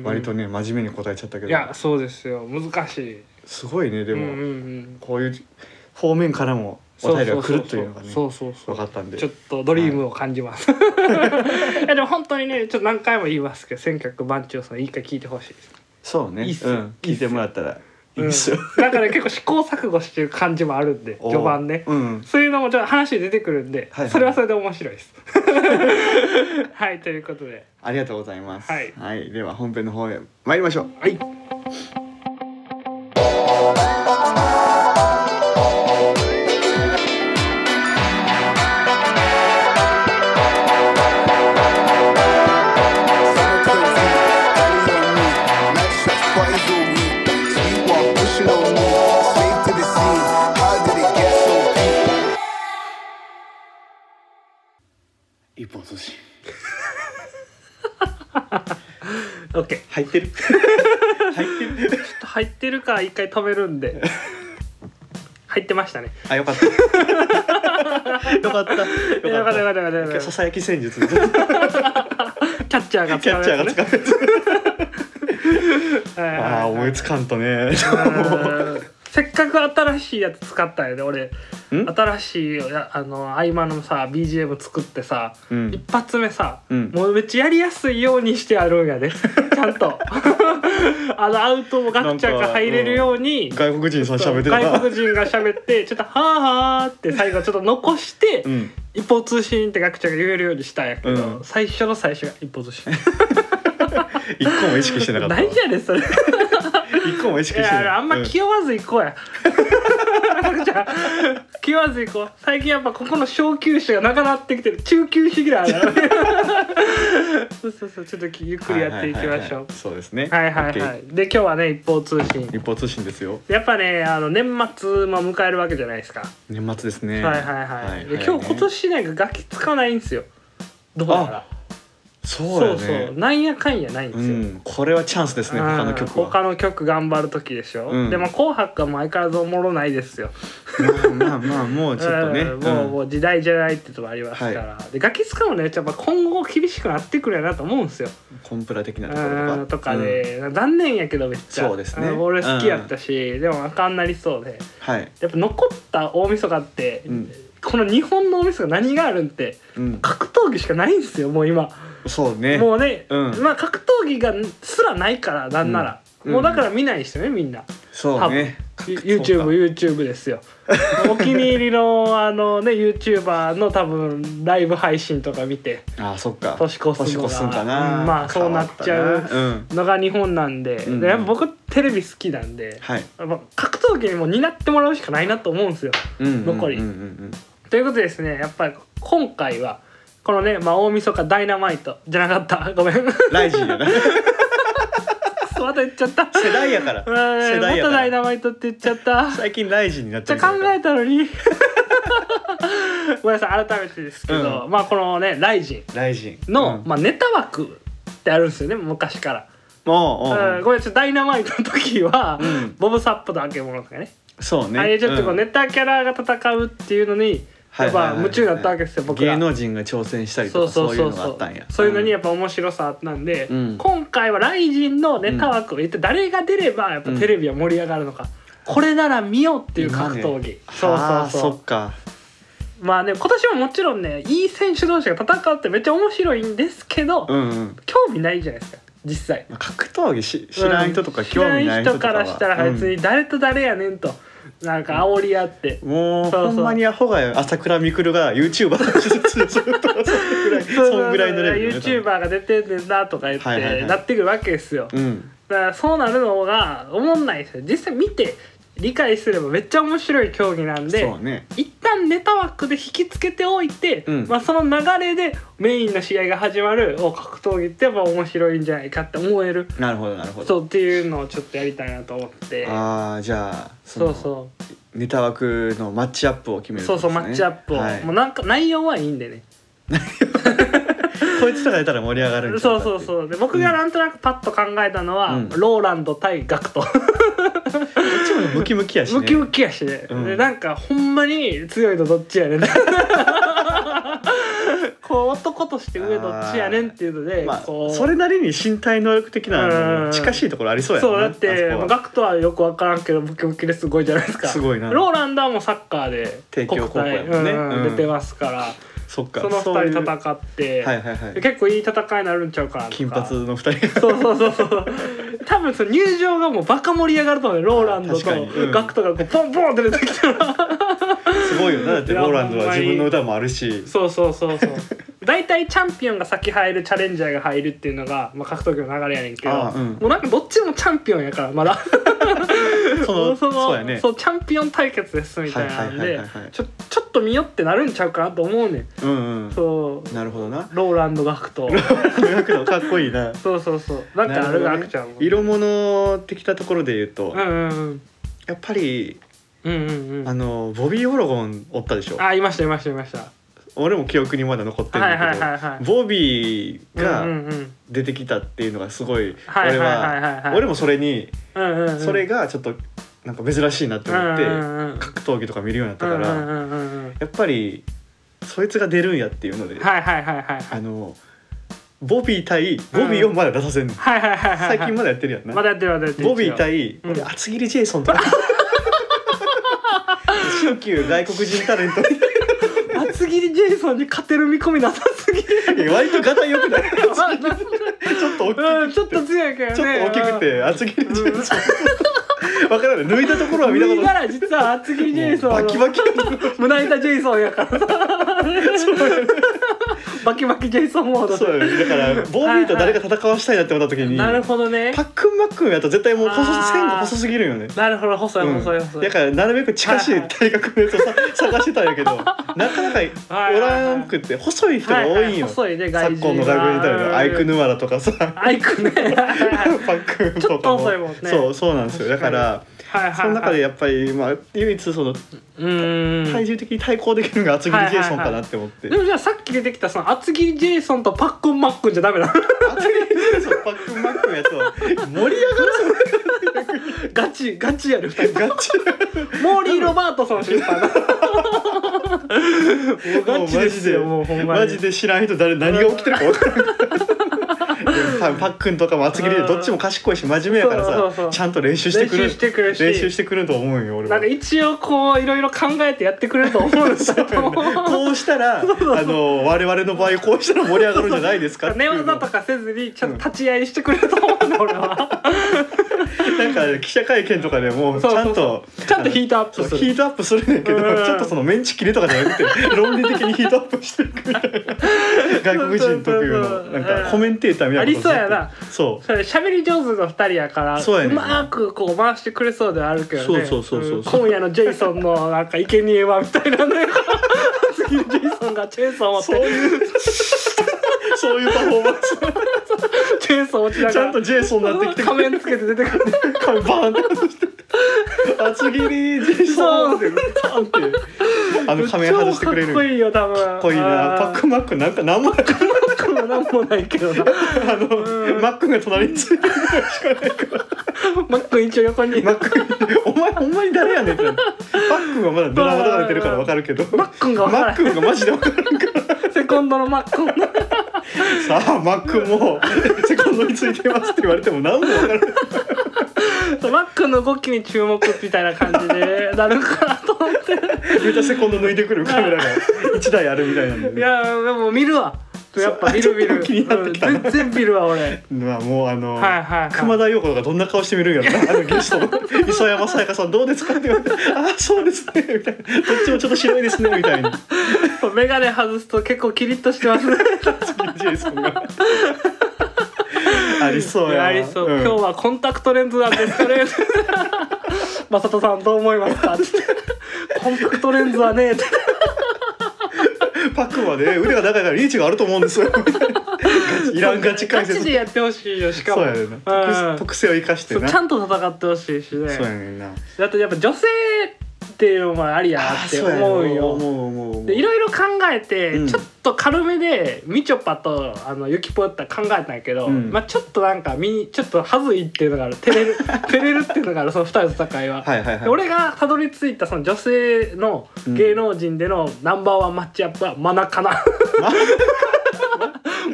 [SPEAKER 2] うん
[SPEAKER 1] 割とね真面目に答えちゃったけど
[SPEAKER 2] いやそうですよ難しい
[SPEAKER 1] すごいねで
[SPEAKER 2] うんう
[SPEAKER 1] も
[SPEAKER 2] んうん
[SPEAKER 1] こういう方面からもお便りが来るというのがね
[SPEAKER 2] そうそうそう
[SPEAKER 1] 分かったんで
[SPEAKER 2] ちょっとドリームを感じます、 い、やでも本当にねちょっと何回も言いますけど千客番長さんいい回聞いてほしいです、
[SPEAKER 1] そうね
[SPEAKER 2] いいっすよ
[SPEAKER 1] うん聞いてもらったらいいですよ
[SPEAKER 2] うん、だから結構試行錯誤してる感じもあるんで序盤ね
[SPEAKER 1] うん
[SPEAKER 2] そういうのもちょっと話出てくるんで、
[SPEAKER 1] はいはい
[SPEAKER 2] それはそれで面白いです はいということで
[SPEAKER 1] ありがとうございます
[SPEAKER 2] はい
[SPEAKER 1] では本編の方へ参りましょう
[SPEAKER 2] はい
[SPEAKER 1] 一本寿司
[SPEAKER 2] OK ちょ
[SPEAKER 1] 入ってる入ってる
[SPEAKER 2] っと入ってるから一回止めるん で入ってましたね
[SPEAKER 1] あよかったよ かったよかっ
[SPEAKER 2] よかったよかったよかった
[SPEAKER 1] た
[SPEAKER 2] よ
[SPEAKER 1] さ
[SPEAKER 2] かっ
[SPEAKER 1] さやき戦術キ
[SPEAKER 2] たキャッチャーが
[SPEAKER 1] ャッ
[SPEAKER 2] 使
[SPEAKER 1] チ
[SPEAKER 2] う
[SPEAKER 1] ャ
[SPEAKER 2] やつ
[SPEAKER 1] ーが使う
[SPEAKER 2] ね
[SPEAKER 1] やつ
[SPEAKER 2] はいはいはい
[SPEAKER 1] ああ思いつかんとね
[SPEAKER 2] うん せっかく新しいやつ使ったんやで俺
[SPEAKER 1] ん
[SPEAKER 2] 新しいやあの合間のさ BGM 作ってさ、
[SPEAKER 1] うん
[SPEAKER 2] 一発目さ、
[SPEAKER 1] うん
[SPEAKER 2] もうめっちゃやりやすいようにしてあるんやで ちゃんと あのアウトもガッチャが入れるように
[SPEAKER 1] 外国人さん
[SPEAKER 2] そう
[SPEAKER 1] 喋ってたな
[SPEAKER 2] 外国人が喋ってちょっと「はあはあ」って最後ちょっと残して「
[SPEAKER 1] うん
[SPEAKER 2] 一方通信」ってガクチャが言えるようにしたんやけど、
[SPEAKER 1] うん
[SPEAKER 2] 最初の最初が「一方通信」
[SPEAKER 1] 一個も意識してなかったわ
[SPEAKER 2] 何やねんそれ。
[SPEAKER 1] 一個も意識して
[SPEAKER 2] いや
[SPEAKER 1] ない
[SPEAKER 2] あんま
[SPEAKER 1] うん
[SPEAKER 2] 気負わず行こうや。 じゃあ気負わず行こう。最近やっぱここの小休止がなくなってきてる。中休止ぐらいある。 そうそうそう。ちょっとゆっくりやっていきましょう。
[SPEAKER 1] そうですね
[SPEAKER 2] はいはいはい。で今日はね一方通信
[SPEAKER 1] OK。一方通信ですよ
[SPEAKER 2] やっぱねあの年末も迎えるわけじゃないですか。
[SPEAKER 1] 年末ですね
[SPEAKER 2] はいはいはい。
[SPEAKER 1] 早
[SPEAKER 2] で
[SPEAKER 1] いね
[SPEAKER 2] 今日今年なんかガキつかないんですよ。どうやら。
[SPEAKER 1] そうや
[SPEAKER 2] そうそう
[SPEAKER 1] ね
[SPEAKER 2] なんやかんやないんです
[SPEAKER 1] う
[SPEAKER 2] よ。
[SPEAKER 1] んこれはチャンスですね他の曲
[SPEAKER 2] うん他
[SPEAKER 1] は
[SPEAKER 2] の曲頑張る時でしょ、
[SPEAKER 1] うん
[SPEAKER 2] でも「紅白」はもう相変わらずおもろないですよ
[SPEAKER 1] まあまあまあもうちょっとね
[SPEAKER 2] うんもうも
[SPEAKER 1] うん
[SPEAKER 2] う時代じゃないってとこありますから、でガキ使うねやっぱ今後厳しくなってくるやなと思うんですよ
[SPEAKER 1] コンプラ的なところ
[SPEAKER 2] うん
[SPEAKER 1] と
[SPEAKER 2] と
[SPEAKER 1] か
[SPEAKER 2] かで、残念やけどめっちゃ
[SPEAKER 1] そうですね
[SPEAKER 2] ん俺好きやったし、でもあかんなりそうで
[SPEAKER 1] うんはい
[SPEAKER 2] やっぱ残った大晦日って、
[SPEAKER 1] うん
[SPEAKER 2] この日本の大晦日何があるんって
[SPEAKER 1] うん
[SPEAKER 2] 格闘技しかないんですよもう今
[SPEAKER 1] そうね
[SPEAKER 2] もうね、
[SPEAKER 1] うん
[SPEAKER 2] まあ格闘技がすらないからなんなら、
[SPEAKER 1] うん
[SPEAKER 2] もうだから見ないですよねみんな
[SPEAKER 1] そうね
[SPEAKER 2] ゆ
[SPEAKER 1] そうか
[SPEAKER 2] YouTubeYouTube です よお気に入りのあのね YouTuber の多分ライブ配信とか見て
[SPEAKER 1] あそっか
[SPEAKER 2] 年越すのが
[SPEAKER 1] 年越すんかな
[SPEAKER 2] うんまあそうなっちゃう
[SPEAKER 1] 変わったなうん
[SPEAKER 2] のが日本なんで,、
[SPEAKER 1] うん
[SPEAKER 2] でやっぱ僕テレビ好きなんで、
[SPEAKER 1] はい
[SPEAKER 2] やっぱ格闘技にも担ってもらうしかないなと思うんですよ。
[SPEAKER 1] うん
[SPEAKER 2] 残り
[SPEAKER 1] うんうんうん
[SPEAKER 2] ということでですねやっぱり今回はこのね、まあ、大晦日ダイナマイトじゃなかったごめん ま
[SPEAKER 1] ライジンやな
[SPEAKER 2] た言っちゃった。
[SPEAKER 1] 世代やから
[SPEAKER 2] うー
[SPEAKER 1] 世
[SPEAKER 2] んま
[SPEAKER 1] 代や
[SPEAKER 2] た
[SPEAKER 1] か
[SPEAKER 2] ダイ
[SPEAKER 1] ら
[SPEAKER 2] ナマイトって言っちゃった。
[SPEAKER 1] 最近ライジンになっ
[SPEAKER 2] じ
[SPEAKER 1] て
[SPEAKER 2] ゃ
[SPEAKER 1] る
[SPEAKER 2] 考えたのにごめんなさい改めてですけど、
[SPEAKER 1] う
[SPEAKER 2] まあこのね「ライジ
[SPEAKER 1] ライジン
[SPEAKER 2] ンの」
[SPEAKER 1] うん
[SPEAKER 2] まあ、ネタ枠ってあるんですよね昔から。う
[SPEAKER 1] ああ
[SPEAKER 2] ん、これちょっとダイナマイトの時は、
[SPEAKER 1] うん
[SPEAKER 2] ボブ・サップとあけぼのとかね
[SPEAKER 1] そうね
[SPEAKER 2] ああいうちょっとこう
[SPEAKER 1] うん
[SPEAKER 2] ネタキャラが戦うっていうのに
[SPEAKER 1] はい
[SPEAKER 2] やっ
[SPEAKER 1] はいはい
[SPEAKER 2] ぱ夢中だったわけですよ、僕ら
[SPEAKER 1] 芸能人が挑戦したり
[SPEAKER 2] そ
[SPEAKER 1] と
[SPEAKER 2] う
[SPEAKER 1] か
[SPEAKER 2] そ
[SPEAKER 1] そうういう
[SPEAKER 2] そ
[SPEAKER 1] の
[SPEAKER 2] う
[SPEAKER 1] が
[SPEAKER 2] そ
[SPEAKER 1] あ
[SPEAKER 2] う
[SPEAKER 1] ったんや
[SPEAKER 2] そういうのにや
[SPEAKER 1] っ
[SPEAKER 2] っぱ面白さあったんで、
[SPEAKER 1] うん
[SPEAKER 2] 今回はライジンのネタ枠を入れて誰が出ればやっぱテレビは盛り上がるのか、これなら見ようっていう格闘技、そうそうそう
[SPEAKER 1] そっか
[SPEAKER 2] まあね今年はもちろんねいい選手同士が戦うってめっちゃ面白いんですけど、
[SPEAKER 1] うんうん
[SPEAKER 2] 興味ないじゃないですか実際
[SPEAKER 1] まあ格闘技し知らん人とか興味ない
[SPEAKER 2] 知ら
[SPEAKER 1] 人
[SPEAKER 2] ん人
[SPEAKER 1] と
[SPEAKER 2] か
[SPEAKER 1] かは
[SPEAKER 2] らしたら別
[SPEAKER 1] うん
[SPEAKER 2] に誰と誰やねんと、なんか煽り合って、
[SPEAKER 1] もう
[SPEAKER 2] そうそう
[SPEAKER 1] ほんまにアホが朝倉未来が YouTuber と してずっとそんぐらいそんぐらいのレベル
[SPEAKER 2] ユ
[SPEAKER 1] よ
[SPEAKER 2] ー
[SPEAKER 1] ね
[SPEAKER 2] チューバーが出てんねんなとか言って、
[SPEAKER 1] はいはいはい
[SPEAKER 2] なってくるわけですよ、
[SPEAKER 1] うん
[SPEAKER 2] だからそうなるのが思んないですよ実際見て理解すればめっちゃ面白い競技なんで
[SPEAKER 1] そうね
[SPEAKER 2] 一旦ネタ枠で引きつけておいて、
[SPEAKER 1] うん
[SPEAKER 2] まあ、その流れでメインの試合が始まるお格闘技ってやっぱ面白いんじゃないかって思える
[SPEAKER 1] なるほどなるほど
[SPEAKER 2] そうっていうのをちょっとやりたいなと思って
[SPEAKER 1] ああじゃあ
[SPEAKER 2] そ
[SPEAKER 1] の
[SPEAKER 2] うそう
[SPEAKER 1] ネタ枠のマッチアップを決めるって
[SPEAKER 2] そ
[SPEAKER 1] こ
[SPEAKER 2] う
[SPEAKER 1] と
[SPEAKER 2] そ
[SPEAKER 1] です
[SPEAKER 2] うマ
[SPEAKER 1] ね
[SPEAKER 2] ッチアップを、
[SPEAKER 1] はい
[SPEAKER 2] もうなんか内容はいいんでね
[SPEAKER 1] こいつとかやったら盛り上がるんちゃ
[SPEAKER 2] そ
[SPEAKER 1] か
[SPEAKER 2] う
[SPEAKER 1] って
[SPEAKER 2] そうそうで僕がなんとなくパッと考えたのは、
[SPEAKER 1] うん
[SPEAKER 2] ローランド対ガクト
[SPEAKER 1] こっちもムキムキやしね
[SPEAKER 2] ムキムキやしね、
[SPEAKER 1] うん
[SPEAKER 2] でなんかほんまに強いのどっちやねん こう男として上どっちやねんっていうので、
[SPEAKER 1] まあ
[SPEAKER 2] こう
[SPEAKER 1] それなりに身体能力的な
[SPEAKER 2] う
[SPEAKER 1] の
[SPEAKER 2] ん
[SPEAKER 1] 近しいところありそうやな
[SPEAKER 2] そうだって
[SPEAKER 1] あそこは
[SPEAKER 2] ガクトはよく分からんけどムキムキですごいじゃないですか
[SPEAKER 1] すごいな
[SPEAKER 2] ローランドはもうサッカーで
[SPEAKER 1] 帝京高校やもんね
[SPEAKER 2] 国体
[SPEAKER 1] うん
[SPEAKER 2] 出てますから、
[SPEAKER 1] そっか
[SPEAKER 2] その
[SPEAKER 1] そうい
[SPEAKER 2] 二
[SPEAKER 1] う
[SPEAKER 2] 人戦って、
[SPEAKER 1] はいはいはい
[SPEAKER 2] 結構いい戦いになるんちゃうかなとか
[SPEAKER 1] 金髪の二人が
[SPEAKER 2] そうそうそうそう多分その入場がもうバカ盛り上がると思うよローランド
[SPEAKER 1] 確かにう
[SPEAKER 2] と
[SPEAKER 1] ん
[SPEAKER 2] ガクトがこうポンポンって出てきたら
[SPEAKER 1] すごいよなだって
[SPEAKER 2] いや
[SPEAKER 1] ローランド
[SPEAKER 2] ほん
[SPEAKER 1] は
[SPEAKER 2] まに
[SPEAKER 1] 自分の歌もあるし
[SPEAKER 2] そうそうそうそう大体チャンピオンが先入るチャレンジャーが入るっていうのが、まあ、格闘技の流れやねんけど、
[SPEAKER 1] ああうん
[SPEAKER 2] もうなんかどっちもチャンピオンやからまだ
[SPEAKER 1] そのそうやね
[SPEAKER 2] そうチャンピオン対決ですみたいなん
[SPEAKER 1] はいはいは
[SPEAKER 2] で
[SPEAKER 1] いはいはい
[SPEAKER 2] ちょちょっと見よってなるんちゃうかなと思うねん
[SPEAKER 1] うんうん
[SPEAKER 2] そう
[SPEAKER 1] なるほどな
[SPEAKER 2] ローランド・ガク ト
[SPEAKER 1] かっこいいな
[SPEAKER 2] そうそうそうなんかあ
[SPEAKER 1] なる
[SPEAKER 2] る
[SPEAKER 1] ほど
[SPEAKER 2] ガ
[SPEAKER 1] ね
[SPEAKER 2] クちゃんも
[SPEAKER 1] 色物的なところで言うと
[SPEAKER 2] うんうん
[SPEAKER 1] やっぱり
[SPEAKER 2] うんうんうんう
[SPEAKER 1] あ
[SPEAKER 2] ん
[SPEAKER 1] のボビー・オロゴンおったでしょ
[SPEAKER 2] あいましたいましたいました
[SPEAKER 1] 俺も記憶にまだ残ってるん
[SPEAKER 2] はいは
[SPEAKER 1] だ
[SPEAKER 2] いはいは
[SPEAKER 1] け
[SPEAKER 2] い
[SPEAKER 1] どボビー
[SPEAKER 2] う
[SPEAKER 1] が
[SPEAKER 2] んうんうん
[SPEAKER 1] 出てきたっていうのがすごい
[SPEAKER 2] はいは
[SPEAKER 1] 俺
[SPEAKER 2] いはいはい
[SPEAKER 1] は俺もそれに
[SPEAKER 2] うんうんうん
[SPEAKER 1] それがちょっとなんか珍しいなって思って
[SPEAKER 2] うんうんうん
[SPEAKER 1] 格闘技とか見るようになった
[SPEAKER 2] う
[SPEAKER 1] か
[SPEAKER 2] んうん
[SPEAKER 1] ら
[SPEAKER 2] うんうんうん
[SPEAKER 1] やっぱりそいつが出るんやっていうので
[SPEAKER 2] はいはいはいはいは
[SPEAKER 1] あ
[SPEAKER 2] い
[SPEAKER 1] のボビー対ボビーをまだ出させんの
[SPEAKER 2] はいはいはいはい
[SPEAKER 1] 最近まだやってるやんな
[SPEAKER 2] まだやってるまだやってる
[SPEAKER 1] ボビー対
[SPEAKER 2] うん
[SPEAKER 1] 俺厚切りジェイソン とか新旧外国人タレント
[SPEAKER 2] 厚切りジェイソンに勝てる見込みなさすぎる
[SPEAKER 1] いや割と型良く ないち
[SPEAKER 2] ま
[SPEAKER 1] ょ
[SPEAKER 2] あな
[SPEAKER 1] っと大き
[SPEAKER 2] うん
[SPEAKER 1] く
[SPEAKER 2] ちょっと強いけどね
[SPEAKER 1] ちょっと大きくて厚切りジェイソン わからない抜いたところは見たこ
[SPEAKER 2] 脱
[SPEAKER 1] と
[SPEAKER 2] いだら実は厚切りジェイソン
[SPEAKER 1] もう
[SPEAKER 2] の
[SPEAKER 1] バキバキ
[SPEAKER 2] 胸板ジェイソンやからさバキバキジェイソンモードで
[SPEAKER 1] そうよだからボービーと誰か戦わしたいなって思った時に
[SPEAKER 2] なるほどね
[SPEAKER 1] パックンマックンやったら絶対もう細
[SPEAKER 2] あー
[SPEAKER 1] 線が細すぎるよね
[SPEAKER 2] なるほど細い細い
[SPEAKER 1] うん
[SPEAKER 2] 細い、
[SPEAKER 1] だからなるべく近しい体格のやつをさ探してたんや けどなかなかおらんくって細い人が多いんよ
[SPEAKER 2] はは細いね外
[SPEAKER 1] 昨
[SPEAKER 2] 人
[SPEAKER 1] 今の外国人タレントのアイク・ヌマラとかさ
[SPEAKER 2] アイクねはい
[SPEAKER 1] パックンと
[SPEAKER 2] ちょっと
[SPEAKER 1] かも
[SPEAKER 2] 遅いもんね
[SPEAKER 1] そうそうなんですよだから
[SPEAKER 2] はいはい
[SPEAKER 1] その中でやっぱりまあ唯一その
[SPEAKER 2] うーん
[SPEAKER 1] 体重的に対抗できるのが厚切りジェイソンかなって思って
[SPEAKER 2] でもじゃあさっき出てきたその厚切りジェイソンとパックンマックンじゃダメなの
[SPEAKER 1] 厚切りジェイソンパックンマックンやと盛り上がる
[SPEAKER 2] ガチガチやる二人
[SPEAKER 1] ガチ
[SPEAKER 2] モーリー・ロバートソン審判だ もうガチですよもうほんまに
[SPEAKER 1] マジで知らん人誰何が起きてるか分からないでもパパックンとかも厚切りでどっちも賢いし真面目やからさ
[SPEAKER 2] そうそうそう
[SPEAKER 1] ちゃんと練習してくる
[SPEAKER 2] 練習してくるし
[SPEAKER 1] 練習してくると思うよ俺
[SPEAKER 2] なんか
[SPEAKER 1] は。
[SPEAKER 2] 一応こういろいろ考えてやってくれると思うんですけど
[SPEAKER 1] こうした らあの我々の場合こうしたら盛り上がるんじゃないですかってい
[SPEAKER 2] 寝
[SPEAKER 1] うの
[SPEAKER 2] 技とかせずにちょっと立ち会いしてくれると思うんだ俺は
[SPEAKER 1] なんか記者会見とかでもち
[SPEAKER 2] そう
[SPEAKER 1] ゃ
[SPEAKER 2] そ
[SPEAKER 1] ん
[SPEAKER 2] うそ
[SPEAKER 1] と
[SPEAKER 2] ちゃんとヒートアッ
[SPEAKER 1] そ
[SPEAKER 2] プ
[SPEAKER 1] う
[SPEAKER 2] す
[SPEAKER 1] ヒ
[SPEAKER 2] る
[SPEAKER 1] ートアップするんだけど
[SPEAKER 2] うん
[SPEAKER 1] ちょっとそのメンチ切れとかじゃなくて論理的にヒートアップしていくみた いな外国人特有
[SPEAKER 2] そうそう
[SPEAKER 1] の
[SPEAKER 2] そう
[SPEAKER 1] なんかコメンテーターみたいなことをずっと
[SPEAKER 2] ありそうやな
[SPEAKER 1] そう
[SPEAKER 2] それ喋り上手の二人やから
[SPEAKER 1] そうやねんな
[SPEAKER 2] まーくこう回してくれそうではあるけどね
[SPEAKER 1] そうそうそうそうん
[SPEAKER 2] 今夜のジェイソンのなんか生贄はみたい なね次のジェイソンがチェーンソーを持っ
[SPEAKER 1] そう
[SPEAKER 2] て
[SPEAKER 1] いうそういうパフォーマンス
[SPEAKER 2] チェーンソーを持ちながら
[SPEAKER 1] ちゃんとジェイソンになってきて
[SPEAKER 2] 仮面つけて出てくる
[SPEAKER 1] 顔バーンって外して厚切りジェイソンってバーンってあの仮面外してくれ
[SPEAKER 2] 超かっこ
[SPEAKER 1] る
[SPEAKER 2] いいよ多分
[SPEAKER 1] かっこいいなパックンマックンなんか何もなかった
[SPEAKER 2] ックもなんもないけどな
[SPEAKER 1] あのマックンが隣についてるからしかないから
[SPEAKER 2] マックン一応横 に
[SPEAKER 1] マ
[SPEAKER 2] マ
[SPEAKER 1] ックンお前ほんまに誰やねんってマックンはまだドラマとか出てるからわかるけどマ
[SPEAKER 2] ックンが分から
[SPEAKER 1] ッ
[SPEAKER 2] ん
[SPEAKER 1] クンがマジでわからんから
[SPEAKER 2] セコンドのマックンが
[SPEAKER 1] さあマックンもセコンドについてますって言われても何もわからない
[SPEAKER 2] マックンの動きに注目みたいな感じでなるかなと思って
[SPEAKER 1] めっちゃセコンド抜いてくるカメラが1台あるみたいなんで
[SPEAKER 2] い
[SPEAKER 1] ね
[SPEAKER 2] やでも見るわやっぱ見る見
[SPEAKER 1] ちょっ
[SPEAKER 2] る
[SPEAKER 1] と気になってきたな
[SPEAKER 2] うん全然見る わ俺
[SPEAKER 1] まあもうあの、
[SPEAKER 2] はいはいはい
[SPEAKER 1] 熊田曜子がどんな顔してみるんやろなあのゲストの磯山さやかさんどうですかって言われて「ああそうですね」みたいな「どっちもちょっと白いですね」みたいな
[SPEAKER 2] メガネ外すと結構キリッとしてますね
[SPEAKER 1] ジェイソンがありそうやな
[SPEAKER 2] ありそう、
[SPEAKER 1] ん
[SPEAKER 2] 今日はコンタクトレンズなんですか ねマサトさんどう思いますかつってコンタクトレンズはね
[SPEAKER 1] パックまで腕が長いからリーチがあると思うんです よみたいなガチいらんガチ解
[SPEAKER 2] ガチ
[SPEAKER 1] 説
[SPEAKER 2] でやってほしいよしか
[SPEAKER 1] そう
[SPEAKER 2] も
[SPEAKER 1] やねんな特特性を生かして
[SPEAKER 2] そう
[SPEAKER 1] な
[SPEAKER 2] ちゃんと戦ってほしいしね
[SPEAKER 1] そうやねんな
[SPEAKER 2] だってやっぱ女性っていうのもありやなって思うよ
[SPEAKER 1] 思う思う思う
[SPEAKER 2] でいろいろ考えて、
[SPEAKER 1] うん
[SPEAKER 2] ちょっと軽めでみちょぱとあのゆきぽよったら考えたんやけど、
[SPEAKER 1] うん
[SPEAKER 2] まあちょっとなんかみちょっとはずいっていうのがある照れる照れるっていうのがあるその二人の戦いは。
[SPEAKER 1] はいはいはい
[SPEAKER 2] で俺がたどり着いたその女性の芸能人でのナンバーワンマッチアップはマナかな、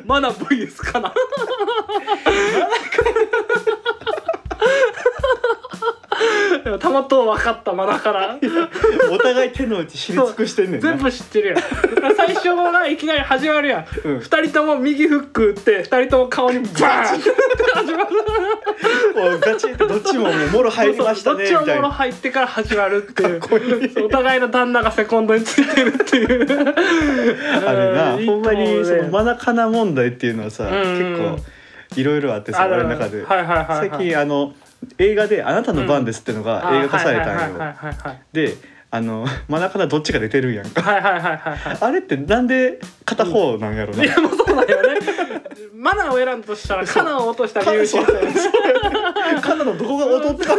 [SPEAKER 2] マナ VS かなでもたまと分かったマナから
[SPEAKER 1] お互い手の内知り尽くしてんねんな
[SPEAKER 2] 全部知ってるやん最初がいきなり始まるやん二、
[SPEAKER 1] うん
[SPEAKER 2] 人とも右フック打って二人とも顔にバーンって始まる
[SPEAKER 1] おうガチってどっちももうもろ 入りましたねみ
[SPEAKER 2] そうそうどっち
[SPEAKER 1] たい
[SPEAKER 2] ももろ
[SPEAKER 1] な
[SPEAKER 2] 入ってから始まるっていう
[SPEAKER 1] かっこいい
[SPEAKER 2] そうお互いの旦那がセコンドについてるって いう
[SPEAKER 1] あれな
[SPEAKER 2] うん
[SPEAKER 1] ほんま
[SPEAKER 2] いいと
[SPEAKER 1] に
[SPEAKER 2] 思
[SPEAKER 1] そう
[SPEAKER 2] ね
[SPEAKER 1] のマナカナ問題っていうのはさ
[SPEAKER 2] うん
[SPEAKER 1] 結構いろいろあってさ
[SPEAKER 2] あるあ
[SPEAKER 1] 俺
[SPEAKER 2] る
[SPEAKER 1] の中で
[SPEAKER 2] はいはいはいはい
[SPEAKER 1] 最近あの映画で「あなたの番です」ってのが映画化されたん
[SPEAKER 2] はい
[SPEAKER 1] よ
[SPEAKER 2] はいはい
[SPEAKER 1] であのマナカナどっちが出てるんやんか
[SPEAKER 2] はいはいはいはいはい
[SPEAKER 1] あれってなんで片方なんやろな
[SPEAKER 2] でもそうだよねマナーを選んだとしたらカナーを落とした理由知りたいよね
[SPEAKER 1] カナのどこが劣った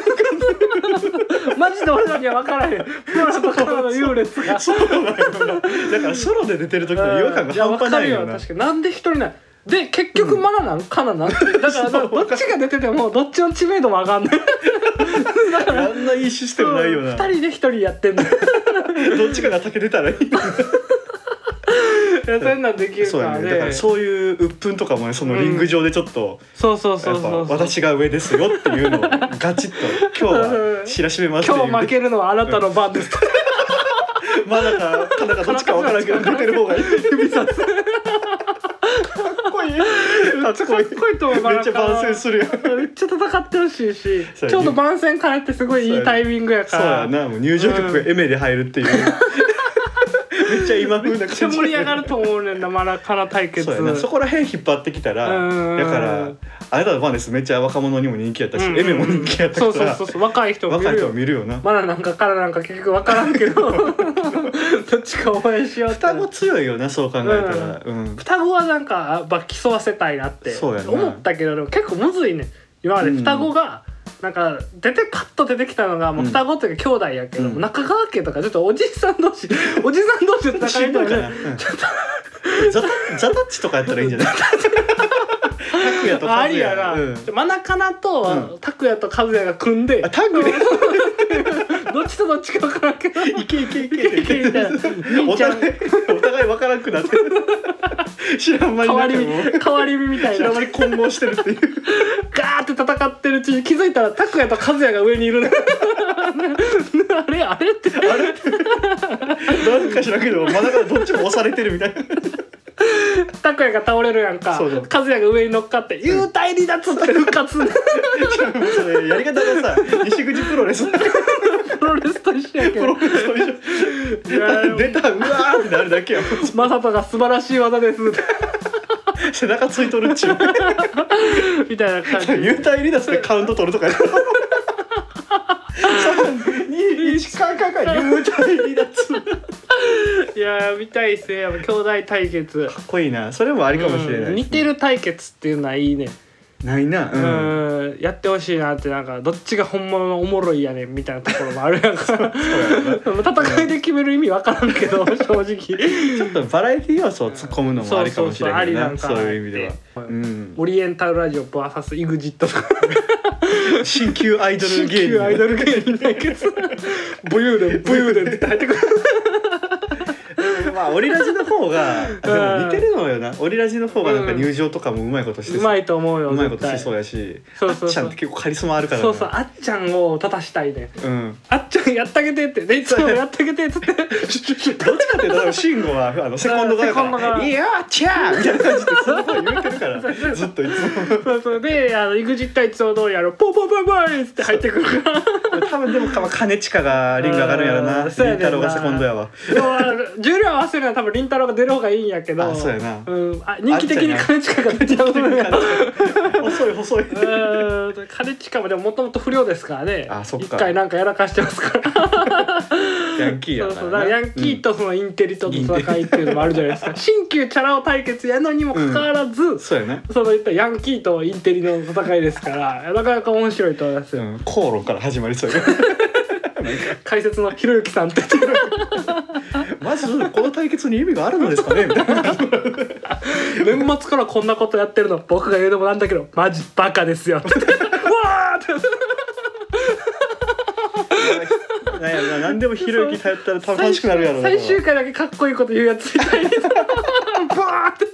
[SPEAKER 1] の
[SPEAKER 2] マジで俺らには分からへんプロとカナーの優劣が
[SPEAKER 1] そうなんやろなだからソロで出てる時の違和感が半端ないよ
[SPEAKER 2] やわ
[SPEAKER 1] な
[SPEAKER 2] かる確かになんで一人なんで結局マナなん、カナなんだか ら
[SPEAKER 1] そう
[SPEAKER 2] どっちが出ててもどっちの知名度も上がんない
[SPEAKER 1] あんないいシステムないよな
[SPEAKER 2] 2人で一人やってんの い
[SPEAKER 1] どっちかが竹出たらいい
[SPEAKER 2] やそんなんできるか
[SPEAKER 1] そう
[SPEAKER 2] ら
[SPEAKER 1] や
[SPEAKER 2] ね
[SPEAKER 1] ねだからそういう鬱憤とかもねそのリング上でちょっと、
[SPEAKER 2] そうそうそう
[SPEAKER 1] や
[SPEAKER 2] そ
[SPEAKER 1] っ
[SPEAKER 2] う
[SPEAKER 1] ぱ
[SPEAKER 2] そう
[SPEAKER 1] 私が上ですよっていうのをガチッと今日 は知らしめますってい
[SPEAKER 2] 今
[SPEAKER 1] う
[SPEAKER 2] 日負けるのはあなたの番です、
[SPEAKER 1] まだか田中どっちか分からん けど出てる方がいい指さすかっこいい かっこいい
[SPEAKER 2] かっこいいと思う
[SPEAKER 1] めっちゃ番宣するやん
[SPEAKER 2] めっちゃ戦ってほしいしち
[SPEAKER 1] そうや
[SPEAKER 2] ょう
[SPEAKER 1] ね
[SPEAKER 2] ど番宣からってすごいいいタイミングやか
[SPEAKER 1] そうや
[SPEAKER 2] ら
[SPEAKER 1] なもう入場曲がエメで入るっていう、 めっちゃ今風
[SPEAKER 2] め
[SPEAKER 1] な
[SPEAKER 2] っちゃ
[SPEAKER 1] 感じ
[SPEAKER 2] 盛り上がると思うねんなマナカナ対決
[SPEAKER 1] そうやなそこら辺引っ張ってきたら
[SPEAKER 2] うん
[SPEAKER 1] だからあなたのファンですめっちゃ若者にも人気やったし、
[SPEAKER 2] うん
[SPEAKER 1] エメも人気やった
[SPEAKER 2] そう
[SPEAKER 1] か
[SPEAKER 2] そう
[SPEAKER 1] ら
[SPEAKER 2] そうそう若い人もい
[SPEAKER 1] 若い
[SPEAKER 2] る
[SPEAKER 1] 人
[SPEAKER 2] よ
[SPEAKER 1] も見るよな
[SPEAKER 2] まだなんかからなんか結局わからんけ ど どっちか応援しようって
[SPEAKER 1] 双子強いよなそう考えたらうん、
[SPEAKER 2] 双子はなんかやっぱ競わせたいなって
[SPEAKER 1] そうやな
[SPEAKER 2] 思ったけどでも結構むずいね今まで双子がなんか出てパッと出てきたのがもう双子っていうか兄弟やけど、
[SPEAKER 1] うん
[SPEAKER 2] 中川家とかちょっとおじさん 同士おじさん同士で
[SPEAKER 1] し
[SPEAKER 2] 戦
[SPEAKER 1] ん
[SPEAKER 2] い
[SPEAKER 1] ど
[SPEAKER 2] た
[SPEAKER 1] いか
[SPEAKER 2] い
[SPEAKER 1] な、
[SPEAKER 2] な
[SPEAKER 1] うんザタザタッチとかやったらいいんじゃない拓也と
[SPEAKER 2] あ
[SPEAKER 1] カ
[SPEAKER 2] あ
[SPEAKER 1] ズ
[SPEAKER 2] り
[SPEAKER 1] ヤ
[SPEAKER 2] やな、
[SPEAKER 1] うん
[SPEAKER 2] マナカナ
[SPEAKER 1] う
[SPEAKER 2] と拓也、と和也が組んで
[SPEAKER 1] あタッグで
[SPEAKER 2] どっちとどっちか分からんけど
[SPEAKER 1] いけいけいけ
[SPEAKER 2] いけいけ
[SPEAKER 1] お
[SPEAKER 2] 兄ちゃん
[SPEAKER 1] 互いお互い分からんくなってる知らん間に
[SPEAKER 2] 変
[SPEAKER 1] な
[SPEAKER 2] わ
[SPEAKER 1] ん
[SPEAKER 2] り
[SPEAKER 1] かも
[SPEAKER 2] 身
[SPEAKER 1] う
[SPEAKER 2] 変わり身みたい
[SPEAKER 1] 知ら
[SPEAKER 2] なん
[SPEAKER 1] 間に混合してるっていう
[SPEAKER 2] ガーって戦ってるうちに気づいたら拓哉と和也が上にいるね あれあれって
[SPEAKER 1] あれなんか知らんけど真ん中どっちも押されてるみたいな
[SPEAKER 2] 拓哉が倒れるやんか
[SPEAKER 1] そうそう
[SPEAKER 2] 和也が上に乗っかって「幽体離脱」って復活
[SPEAKER 1] しかもそれやり方がさ西口プロレスプ
[SPEAKER 2] プロレスと一緒やけど
[SPEAKER 1] ロレスと
[SPEAKER 2] いや
[SPEAKER 1] 一緒出たうわーってなるだけやもん
[SPEAKER 2] 「正人が素晴らしい技 です」
[SPEAKER 1] 背中ついとるっちゅう
[SPEAKER 2] みたいな感じ。
[SPEAKER 1] 幽体離脱でカウント取るとかやろ321カンカンカン幽体離脱か
[SPEAKER 2] いやー見たいっすねやっぱ兄弟対決
[SPEAKER 1] っこいいなそれもありかもしれない、
[SPEAKER 2] うん似てる対決っていうのはいいね
[SPEAKER 1] ないな
[SPEAKER 2] う
[SPEAKER 1] うん
[SPEAKER 2] んやってほしいなってなんかどっちが本物のおもろいやねんみたいなところもあるやんか 戦いで決める意味わからんけ ど正直
[SPEAKER 1] ちょっとバラエティ要素を突っ込むのもありかもしれないな
[SPEAKER 2] そ
[SPEAKER 1] そう
[SPEAKER 2] そ
[SPEAKER 1] う
[SPEAKER 2] うそうありなんかなって
[SPEAKER 1] いう意味では、うん、
[SPEAKER 2] オリエンタルラジオ VSEXIT とか
[SPEAKER 1] 新旧アイドル芸人
[SPEAKER 2] アイドル芸人対 決武勇伝武勇伝って入ってくる
[SPEAKER 1] ま あオリラジの方があでも似てるのよなオリラジの方がなんか入場とかもうまいことして
[SPEAKER 2] う
[SPEAKER 1] そう
[SPEAKER 2] まいと思うよ
[SPEAKER 1] うまいこと
[SPEAKER 2] 絶
[SPEAKER 1] し
[SPEAKER 2] 対
[SPEAKER 1] そうやし
[SPEAKER 2] そうそうそう
[SPEAKER 1] あっちゃんって結構カリスマあるからな
[SPEAKER 2] そうそうあっちゃんを立たしたいね
[SPEAKER 1] うん
[SPEAKER 2] あっちゃんやってあげてってでいつもやってあげてっ つって
[SPEAKER 1] どっちかっていうと多分慎吾はあのセコンド側
[SPEAKER 2] セコンド
[SPEAKER 1] か
[SPEAKER 2] 側
[SPEAKER 1] ら「いやーちゃー!」みたいな感じでその声言うてる からずっといつ
[SPEAKER 2] そうそうであの EXIT 対一をどうやろポーポーポーポーっつって入ってくる から
[SPEAKER 1] も多分でも金近がリング上がるんやろな
[SPEAKER 2] うん
[SPEAKER 1] り
[SPEAKER 2] そうやねん
[SPEAKER 1] 太
[SPEAKER 2] な
[SPEAKER 1] 郎がセコンドやわ
[SPEAKER 2] でもあの重量合わせるのは多分りんたろーが出る方がいいんやけど
[SPEAKER 1] あそうやな
[SPEAKER 2] うん、あ人気的に金近が出ちゃうのよ
[SPEAKER 1] 細い細い
[SPEAKER 2] うん金近もでももともと不良ですからね
[SPEAKER 1] あそっか
[SPEAKER 2] 一回なんかやらかしてますから
[SPEAKER 1] ヤンキーや
[SPEAKER 2] そう
[SPEAKER 1] から
[SPEAKER 2] そう
[SPEAKER 1] な
[SPEAKER 2] だからヤンキーとそのインテリとの戦いっていうのもあるじゃないですか新旧チャラ男対決やのにもかかわらず、
[SPEAKER 1] うんそうやな
[SPEAKER 2] そのいったヤンキーとインテリの戦いですから なかなか面白いと思います
[SPEAKER 1] う
[SPEAKER 2] よ、
[SPEAKER 1] ん口論から始まりそうや
[SPEAKER 2] 解説のひろゆきさんって
[SPEAKER 1] まずこの対決に意味があるのですかねみたいな
[SPEAKER 2] 年末からこんなことやってるの僕が言うのもなんだけどマジバカ ですよって言ってわーって
[SPEAKER 1] なんやろな何でもひろゆき頼ったら多分楽しくなるやろうな
[SPEAKER 2] 最終回だけかっこいいこと言うやつ みたいにバーって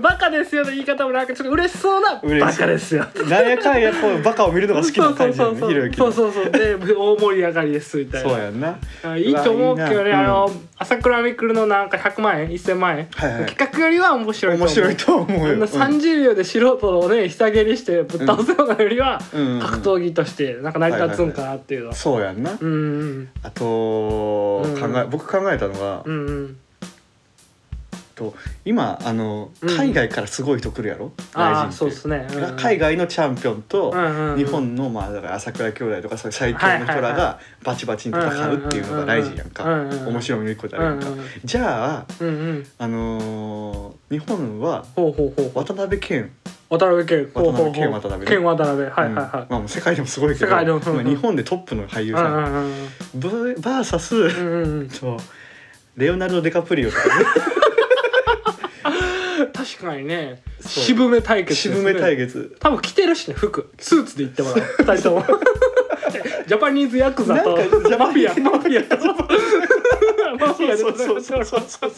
[SPEAKER 2] バカですよの言い方もなんかちょっと嬉しそうな
[SPEAKER 1] 嬉しい
[SPEAKER 2] バカですよ
[SPEAKER 1] なんやかんやこうバカを見るのが好きな感じやね
[SPEAKER 2] そう
[SPEAKER 1] ひろ
[SPEAKER 2] そう
[SPEAKER 1] ゆき
[SPEAKER 2] そう
[SPEAKER 1] の
[SPEAKER 2] そうそうそうで大盛り上がりですみたい
[SPEAKER 1] そう
[SPEAKER 2] な
[SPEAKER 1] やんな
[SPEAKER 2] あいいと思うけど
[SPEAKER 1] わい
[SPEAKER 2] ね
[SPEAKER 1] いな
[SPEAKER 2] あの朝倉未来のなんか100万円1000万円
[SPEAKER 1] はいはい
[SPEAKER 2] 企画よりは面白いと思
[SPEAKER 1] 面
[SPEAKER 2] う
[SPEAKER 1] 白いと思う
[SPEAKER 2] あ
[SPEAKER 1] よ
[SPEAKER 2] んな30秒で素人をね下蹴りしてぶっ倒すのがよりは
[SPEAKER 1] うんうん
[SPEAKER 2] 格闘技としてなんか成り立つんかなっていうの
[SPEAKER 1] うん
[SPEAKER 2] は
[SPEAKER 1] そうやんな
[SPEAKER 2] うんうん
[SPEAKER 1] あと考
[SPEAKER 2] うん
[SPEAKER 1] え僕考えたのが
[SPEAKER 2] うんうん
[SPEAKER 1] と今あの
[SPEAKER 2] うん
[SPEAKER 1] 海外からすごい人来るやろ
[SPEAKER 2] あ
[SPEAKER 1] 大
[SPEAKER 2] あそう
[SPEAKER 1] 臣っ
[SPEAKER 2] で
[SPEAKER 1] て
[SPEAKER 2] すねうんうん
[SPEAKER 1] 海外のチャンピオンと
[SPEAKER 2] うんうんうん
[SPEAKER 1] 日本のまあだから朝倉兄弟とかそういう最強の人
[SPEAKER 2] はい
[SPEAKER 1] ら
[SPEAKER 2] はいは
[SPEAKER 1] がバチバチに戦うっていうのが大臣やんか
[SPEAKER 2] うんうんうん
[SPEAKER 1] 面白みの一個であるやんか
[SPEAKER 2] うんうん
[SPEAKER 1] じゃあ
[SPEAKER 2] うんうん
[SPEAKER 1] あのー日本は
[SPEAKER 2] ほうほうほうほう
[SPEAKER 1] 渡辺謙
[SPEAKER 2] 渡辺謙
[SPEAKER 1] 渡辺
[SPEAKER 2] ほう
[SPEAKER 1] 謙
[SPEAKER 2] ほうほう
[SPEAKER 1] 渡辺ね
[SPEAKER 2] 謙渡辺はい
[SPEAKER 1] う
[SPEAKER 2] はい
[SPEAKER 1] ん
[SPEAKER 2] は
[SPEAKER 1] まあもう世界でもすごいけど
[SPEAKER 2] 世界でも
[SPEAKER 1] まあ日本でトップの俳
[SPEAKER 2] い
[SPEAKER 1] 優
[SPEAKER 2] うんう
[SPEAKER 1] さん
[SPEAKER 2] んうん
[SPEAKER 1] ブーバーサス
[SPEAKER 2] うんうんうん
[SPEAKER 1] そうレオナルド・デカプリオとかね
[SPEAKER 2] 確かにね
[SPEAKER 1] そう
[SPEAKER 2] 渋め対決ですね
[SPEAKER 1] 渋め対決
[SPEAKER 2] 多分着てるしね服スーツで行ってもらう2人と もジャパニーズヤクザと
[SPEAKER 1] なんかジャパ
[SPEAKER 2] マフ
[SPEAKER 1] ニ
[SPEAKER 2] ィア
[SPEAKER 1] ーズ
[SPEAKER 2] マフィアと マフィア
[SPEAKER 1] そうそう
[SPEAKER 2] で
[SPEAKER 1] そうそうそう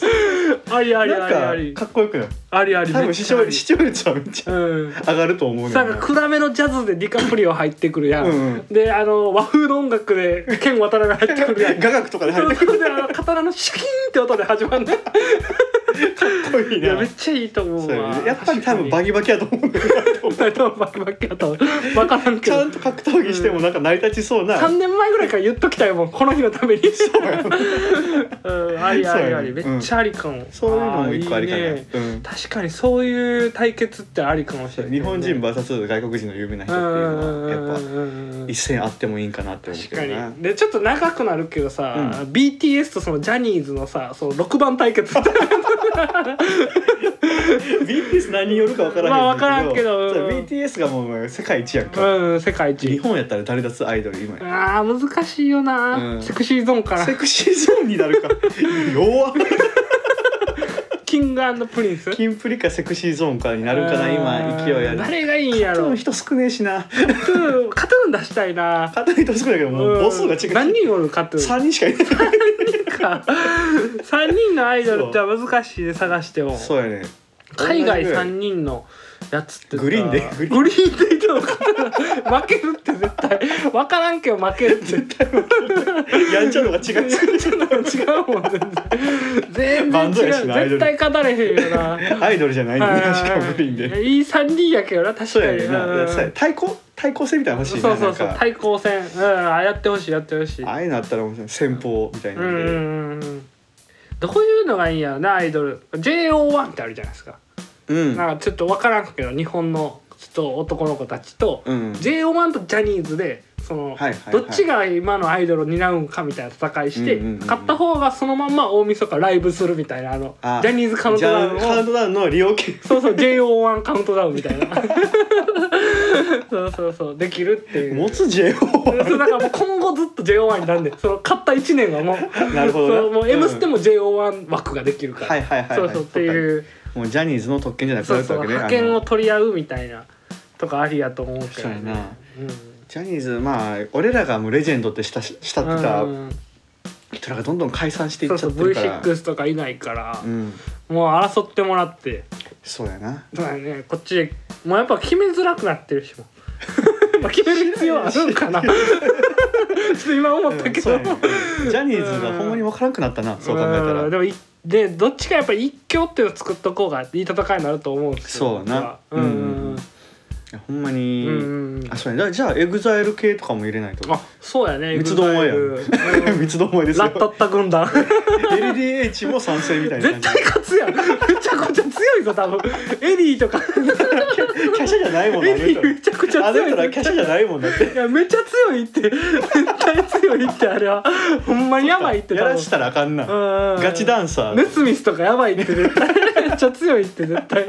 [SPEAKER 2] ありありありあ
[SPEAKER 1] なん
[SPEAKER 2] り
[SPEAKER 1] かかっこよくない
[SPEAKER 2] ありあり
[SPEAKER 1] 多分
[SPEAKER 2] めっ
[SPEAKER 1] 視
[SPEAKER 2] ちゃあ
[SPEAKER 1] 聴
[SPEAKER 2] り
[SPEAKER 1] 視聴率はめっちゃ
[SPEAKER 2] うん
[SPEAKER 1] 上がると思うねん
[SPEAKER 2] なんか暗めのジャズでディカプリオ入ってくるやん、
[SPEAKER 1] うんうん
[SPEAKER 2] であの和風の音楽で剣渡辺が入ってくるやん
[SPEAKER 1] 雅楽とかで入
[SPEAKER 2] そ
[SPEAKER 1] っ
[SPEAKER 2] う
[SPEAKER 1] て
[SPEAKER 2] それであの刀のシャキーンって音で始まるね
[SPEAKER 1] かっこいい
[SPEAKER 2] いや
[SPEAKER 1] な
[SPEAKER 2] めっちゃいいと思
[SPEAKER 1] そうう
[SPEAKER 2] わ
[SPEAKER 1] やねやっぱり多分バギバキやと思うんだけど
[SPEAKER 2] バキバキバキだと分からん け
[SPEAKER 1] ち
[SPEAKER 2] ど
[SPEAKER 1] ゃんと格闘技してもなんか成り立ちそうな、
[SPEAKER 2] 3年前ぐらいから言っときたいもんこの日のためにそううんありありあり
[SPEAKER 1] そう
[SPEAKER 2] め
[SPEAKER 1] やね
[SPEAKER 2] っちゃありかも、
[SPEAKER 1] そういうのも一個ありかな
[SPEAKER 2] ーいいね
[SPEAKER 1] うん
[SPEAKER 2] 確かにそういう対決ってありかもしれない、
[SPEAKER 1] 日本人 VS 外国人の有名な人っていうのはやっぱ
[SPEAKER 2] っ
[SPEAKER 1] 一戦あってもいいんかなって思うけ
[SPEAKER 2] 確
[SPEAKER 1] ど
[SPEAKER 2] か
[SPEAKER 1] な
[SPEAKER 2] にでちょっと長くなるけどさ、BTS とそのジャニーズのさその6番対決
[SPEAKER 1] BTS 何によるか分からへん
[SPEAKER 2] まあ分からんけど
[SPEAKER 1] そう
[SPEAKER 2] うん
[SPEAKER 1] BTS がもう世界一やんか、
[SPEAKER 2] うん世界一
[SPEAKER 1] 日本やったら誰だつアイドル今や
[SPEAKER 2] あー難しいよな、
[SPEAKER 1] うん
[SPEAKER 2] セクシーゾーンから
[SPEAKER 1] セクシーゾーンになるか 弱っ
[SPEAKER 2] キングプリンス
[SPEAKER 1] キンプリかセクシーゾーンかになるかな今勢いあ
[SPEAKER 2] う
[SPEAKER 1] る
[SPEAKER 2] ん誰がいいんや
[SPEAKER 1] 多
[SPEAKER 2] ろ
[SPEAKER 1] 分人少ねえしな
[SPEAKER 2] カトゥーンカトゥーン出したいな
[SPEAKER 1] 片人少ないけどもう母数が違
[SPEAKER 2] ん
[SPEAKER 1] う
[SPEAKER 2] 何人おるカトゥーン
[SPEAKER 1] 3人しかい ない
[SPEAKER 2] か3人のアイドルって難しいで探しても
[SPEAKER 1] そうやね
[SPEAKER 2] 海外
[SPEAKER 1] 同じぐらい
[SPEAKER 2] 3人のやつってさ
[SPEAKER 1] グリーンで
[SPEAKER 2] グリーンでいたのか負けるって絶対分からんけど負けるって絶対
[SPEAKER 1] やんちゃのが違う
[SPEAKER 2] 違うもん全
[SPEAKER 1] バ
[SPEAKER 2] 然
[SPEAKER 1] ンド
[SPEAKER 2] 全
[SPEAKER 1] や
[SPEAKER 2] 然違
[SPEAKER 1] しなア
[SPEAKER 2] う
[SPEAKER 1] イド
[SPEAKER 2] 絶
[SPEAKER 1] ル
[SPEAKER 2] 対勝たれへんよ な
[SPEAKER 1] アイドルじゃないね
[SPEAKER 2] はいはい
[SPEAKER 1] しかもグリーン
[SPEAKER 2] いや
[SPEAKER 1] で
[SPEAKER 2] いい3人やけどな確
[SPEAKER 1] そう
[SPEAKER 2] か
[SPEAKER 1] や
[SPEAKER 2] に
[SPEAKER 1] ねんな
[SPEAKER 2] うん
[SPEAKER 1] そうや対抗対抗戦みたいなの
[SPEAKER 2] そ
[SPEAKER 1] 欲し
[SPEAKER 2] う
[SPEAKER 1] いな
[SPEAKER 2] そ
[SPEAKER 1] な
[SPEAKER 2] うんそう
[SPEAKER 1] か
[SPEAKER 2] 対抗戦うんあやってほしいやってほしい
[SPEAKER 1] ああいうのあったら面白い戦法みたい
[SPEAKER 2] うん
[SPEAKER 1] な
[SPEAKER 2] うんん
[SPEAKER 1] で
[SPEAKER 2] うんうんどういうのがいいんやろなアイドル JO1 ってあるじゃないですか
[SPEAKER 1] うん
[SPEAKER 2] なんかちょっと分からんけど日本のちょっと男の子たちと、
[SPEAKER 1] うん
[SPEAKER 2] JO1 とジャニーズでその、
[SPEAKER 1] はいはい
[SPEAKER 2] どっち
[SPEAKER 1] が
[SPEAKER 2] が今のアイドルを担うんかみたいな戦いして、
[SPEAKER 1] うんうんうんうん
[SPEAKER 2] 勝った方がそのまんま大晦日ライブするみたいなあの
[SPEAKER 1] あ
[SPEAKER 2] ジャニーズカウントダウン
[SPEAKER 1] じゃあカウン
[SPEAKER 2] を
[SPEAKER 1] トダウンの利用券
[SPEAKER 2] そうそう JO1 カウントダウンみたいな そうそうそうできるっていう
[SPEAKER 1] 持つ JO
[SPEAKER 2] そうだからもう今後ずっと JO1 になんでその勝った1年はもう
[SPEAKER 1] なるほどね
[SPEAKER 2] そうもう「
[SPEAKER 1] うん
[SPEAKER 2] M ステ」も JO1 枠ができるから、
[SPEAKER 1] はいはいはい、
[SPEAKER 2] そ
[SPEAKER 1] は
[SPEAKER 2] う
[SPEAKER 1] い、
[SPEAKER 2] そうっていう
[SPEAKER 1] もうジャニーズの特権じゃなく
[SPEAKER 2] そ
[SPEAKER 1] な
[SPEAKER 2] う
[SPEAKER 1] るって
[SPEAKER 2] そう
[SPEAKER 1] わけね
[SPEAKER 2] 派遣
[SPEAKER 1] あ
[SPEAKER 2] を
[SPEAKER 1] の
[SPEAKER 2] 取り合うみたいなとかありやと思うけど、
[SPEAKER 1] そうやな
[SPEAKER 2] うん
[SPEAKER 1] ジャニーズまあ俺らがもうレジェンドってしたし慕ってた
[SPEAKER 2] うん
[SPEAKER 1] 人らがどんどん解散してい
[SPEAKER 2] そ
[SPEAKER 1] っ
[SPEAKER 2] う
[SPEAKER 1] ち
[SPEAKER 2] そ
[SPEAKER 1] ゃ
[SPEAKER 2] う
[SPEAKER 1] ってるから
[SPEAKER 2] V6 とかいないから、
[SPEAKER 1] うん
[SPEAKER 2] もう争ってもらって
[SPEAKER 1] そうやな
[SPEAKER 2] だからねこっちでもうやっぱ決めづらくなってるし もうまあ決める必要あるんかなちょっと今思ったけど、
[SPEAKER 1] うんそうやなジャニーズがほんまに分からんくなったなそう考えた
[SPEAKER 2] うん
[SPEAKER 1] ら
[SPEAKER 2] でもいでどっちかやっぱり一強っていうのを作っとこうがいい戦いになると思うんです
[SPEAKER 1] そ
[SPEAKER 2] よ
[SPEAKER 1] うな
[SPEAKER 2] 僕はうん
[SPEAKER 1] ほんま
[SPEAKER 2] うん
[SPEAKER 1] に、
[SPEAKER 2] うんうんうん
[SPEAKER 1] あそうやねじゃあエグザイル系とかも入れないと
[SPEAKER 2] あそうやね
[SPEAKER 1] 三つどもえや
[SPEAKER 2] EXILE う ん
[SPEAKER 1] 三つどもえです
[SPEAKER 2] ラッタ
[SPEAKER 1] よ
[SPEAKER 2] ッタ 軍団
[SPEAKER 1] LDH も参戦みたいな
[SPEAKER 2] 絶
[SPEAKER 1] 感じ
[SPEAKER 2] 対勝つやんめちゃくちゃ強いぞ多分エリー とか
[SPEAKER 1] キャシャじゃないもんな
[SPEAKER 2] エ
[SPEAKER 1] あの
[SPEAKER 2] リ
[SPEAKER 1] 人
[SPEAKER 2] ーめちゃくちゃ
[SPEAKER 1] あ
[SPEAKER 2] 強
[SPEAKER 1] の
[SPEAKER 2] い
[SPEAKER 1] 人らキャシャじゃないもんだって
[SPEAKER 2] いやめちゃ強いって絶対強いってあれはほんまにやばいって
[SPEAKER 1] やらしたらあかんな、ガ
[SPEAKER 2] ガ
[SPEAKER 1] チダンサー
[SPEAKER 2] ネスミスとかやばいって絶対めっちゃ強いって絶対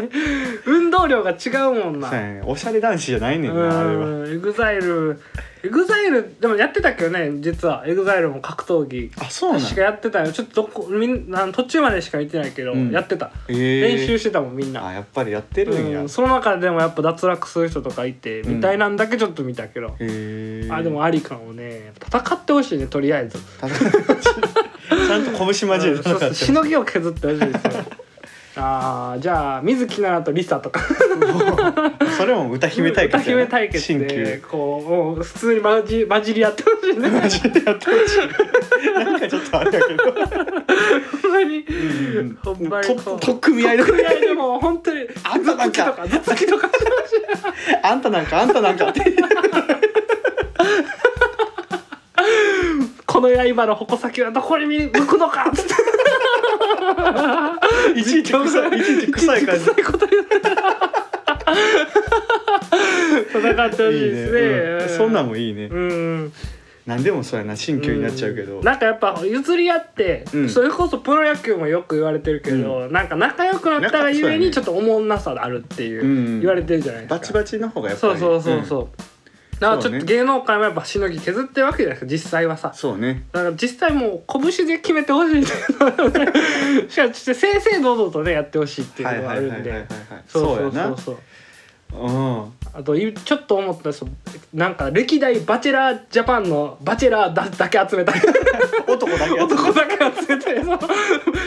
[SPEAKER 2] 運動量が違うもんな
[SPEAKER 1] そうやねおしゃれ男子じゃないねんなあれは
[SPEAKER 2] エグザイルエグザイルでもやってたけどね実はエグザイルも格闘技
[SPEAKER 1] あそうなん
[SPEAKER 2] しかやってたよちょっとどこみんな途中までしか見てないけど、
[SPEAKER 1] うん
[SPEAKER 2] やってた
[SPEAKER 1] え
[SPEAKER 2] 練習
[SPEAKER 1] ー、
[SPEAKER 2] してたもんみんな、
[SPEAKER 1] あやっぱりやってるんや、
[SPEAKER 2] うんその中でもやっぱ脱落する人とかいて、
[SPEAKER 1] うん
[SPEAKER 2] みたいなんだけちょっと見たけど、
[SPEAKER 1] へえ
[SPEAKER 2] あでもありかもね戦ってほしいねとりあえず
[SPEAKER 1] 戦ってちゃんと拳交えて戦
[SPEAKER 2] そうそ
[SPEAKER 1] っ
[SPEAKER 2] う
[SPEAKER 1] て
[SPEAKER 2] しのぎを削ってほしいですよ あーじゃあ水木奈々とリサとか
[SPEAKER 1] それも歌姫 対決
[SPEAKER 2] 歌姫対決でこうもう普通に混じ混じり合ってほしいね
[SPEAKER 1] 新旧やってほしいなんかちょっとあれやけど
[SPEAKER 2] ほんまにほんまにこ
[SPEAKER 1] と
[SPEAKER 2] う
[SPEAKER 1] とっ組み合いだ
[SPEAKER 2] とっ組み合いでもう本当に
[SPEAKER 1] あんたなんか
[SPEAKER 2] 頭突きとか頭突きとかしてほしい
[SPEAKER 1] あんたなんかあんたなんかって
[SPEAKER 2] この刃の矛先はどこに向くのかっつって
[SPEAKER 1] いちいち臭 いいちいち臭い感じ
[SPEAKER 2] 臭いこと言って戦ってほしい
[SPEAKER 1] いいね
[SPEAKER 2] ですね
[SPEAKER 1] うんそんなんもいいね
[SPEAKER 2] うん
[SPEAKER 1] 何でもそうやな新旧になっちゃうけど
[SPEAKER 2] なんかやっぱ譲り合って、
[SPEAKER 1] うん
[SPEAKER 2] それこそプロ野球もよく言われてるけど、なんか仲良くなったがゆえにちょっとおもんなさがあるっていう、
[SPEAKER 1] うん
[SPEAKER 2] 言われてるじゃないですか
[SPEAKER 1] バチバチの方がやっぱ
[SPEAKER 2] そ
[SPEAKER 1] り
[SPEAKER 2] うそうそうそう、だからちょっと芸能界もやっぱしのぎ削ってるわけじゃないですか実際はさ
[SPEAKER 1] うんそうね
[SPEAKER 2] だから実際もう拳で決めてほしいっていうのしかもちょっと正々堂々とねやってほしいっていうのがあるん
[SPEAKER 1] はいはいはいはいは
[SPEAKER 2] で
[SPEAKER 1] い
[SPEAKER 2] そう
[SPEAKER 1] そう
[SPEAKER 2] そ
[SPEAKER 1] やな
[SPEAKER 2] うそうそう
[SPEAKER 1] うん
[SPEAKER 2] あといちょっと思ったんですよなんか歴代バチェラージャパンのバチェラーだだけ集めたい
[SPEAKER 1] 男だけやっ
[SPEAKER 2] 男だけ集めてその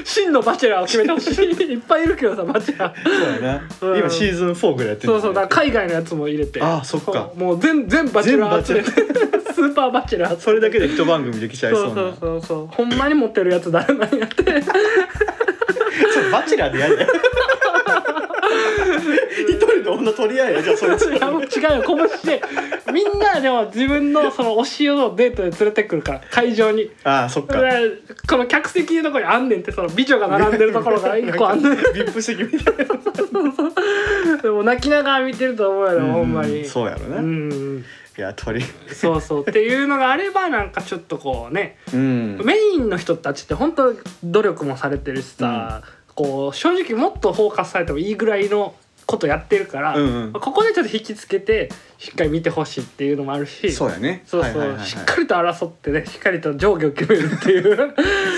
[SPEAKER 2] 真のバチェラーを決めてほしいいっぱいいるけどさバチェラー
[SPEAKER 1] そうやな
[SPEAKER 2] うん
[SPEAKER 1] 今シーズン4ぐらいやってる
[SPEAKER 2] そうそうだから海外のやつも入れて
[SPEAKER 1] ああそっか
[SPEAKER 2] そうもう全全バチェラー集めて スーパーバチェラー集めて
[SPEAKER 1] それだけで一番組できちゃい
[SPEAKER 2] そ
[SPEAKER 1] そうう
[SPEAKER 2] そ
[SPEAKER 1] な
[SPEAKER 2] うそうそうほんまに持ってるやつ誰なん やって
[SPEAKER 1] それバチェラーでやれ一人の女取り合えやじゃあそれ
[SPEAKER 2] いやもう違うよ拳でみんなでも自分のその推しをデートで連れてくるから会場に
[SPEAKER 1] ああそっ
[SPEAKER 2] だ
[SPEAKER 1] か
[SPEAKER 2] からこの客席のところにあんねんってその美女が並んでるところ が一個あんねん
[SPEAKER 1] ビップ席みたいな
[SPEAKER 2] でも泣きながら見てると思うやろ ほんま
[SPEAKER 1] う
[SPEAKER 2] に
[SPEAKER 1] そうやろ
[SPEAKER 2] う
[SPEAKER 1] な、い
[SPEAKER 2] ん
[SPEAKER 1] や鳥
[SPEAKER 2] そうそうっていうのがあればなんかちょっとこうね
[SPEAKER 1] うん
[SPEAKER 2] メインの人たちって本当努力もされてるしさ、こう正直もっとフォーカスされてもいいぐらいのことやってるから、
[SPEAKER 1] うんうん
[SPEAKER 2] まあここでちょっと引きつけてしっかり見てほしいっていうのもあるし
[SPEAKER 1] そうやね
[SPEAKER 2] そう
[SPEAKER 1] はい
[SPEAKER 2] そう、
[SPEAKER 1] はいはいはい
[SPEAKER 2] しっかりと争ってねしっかりと上下を決めるっていう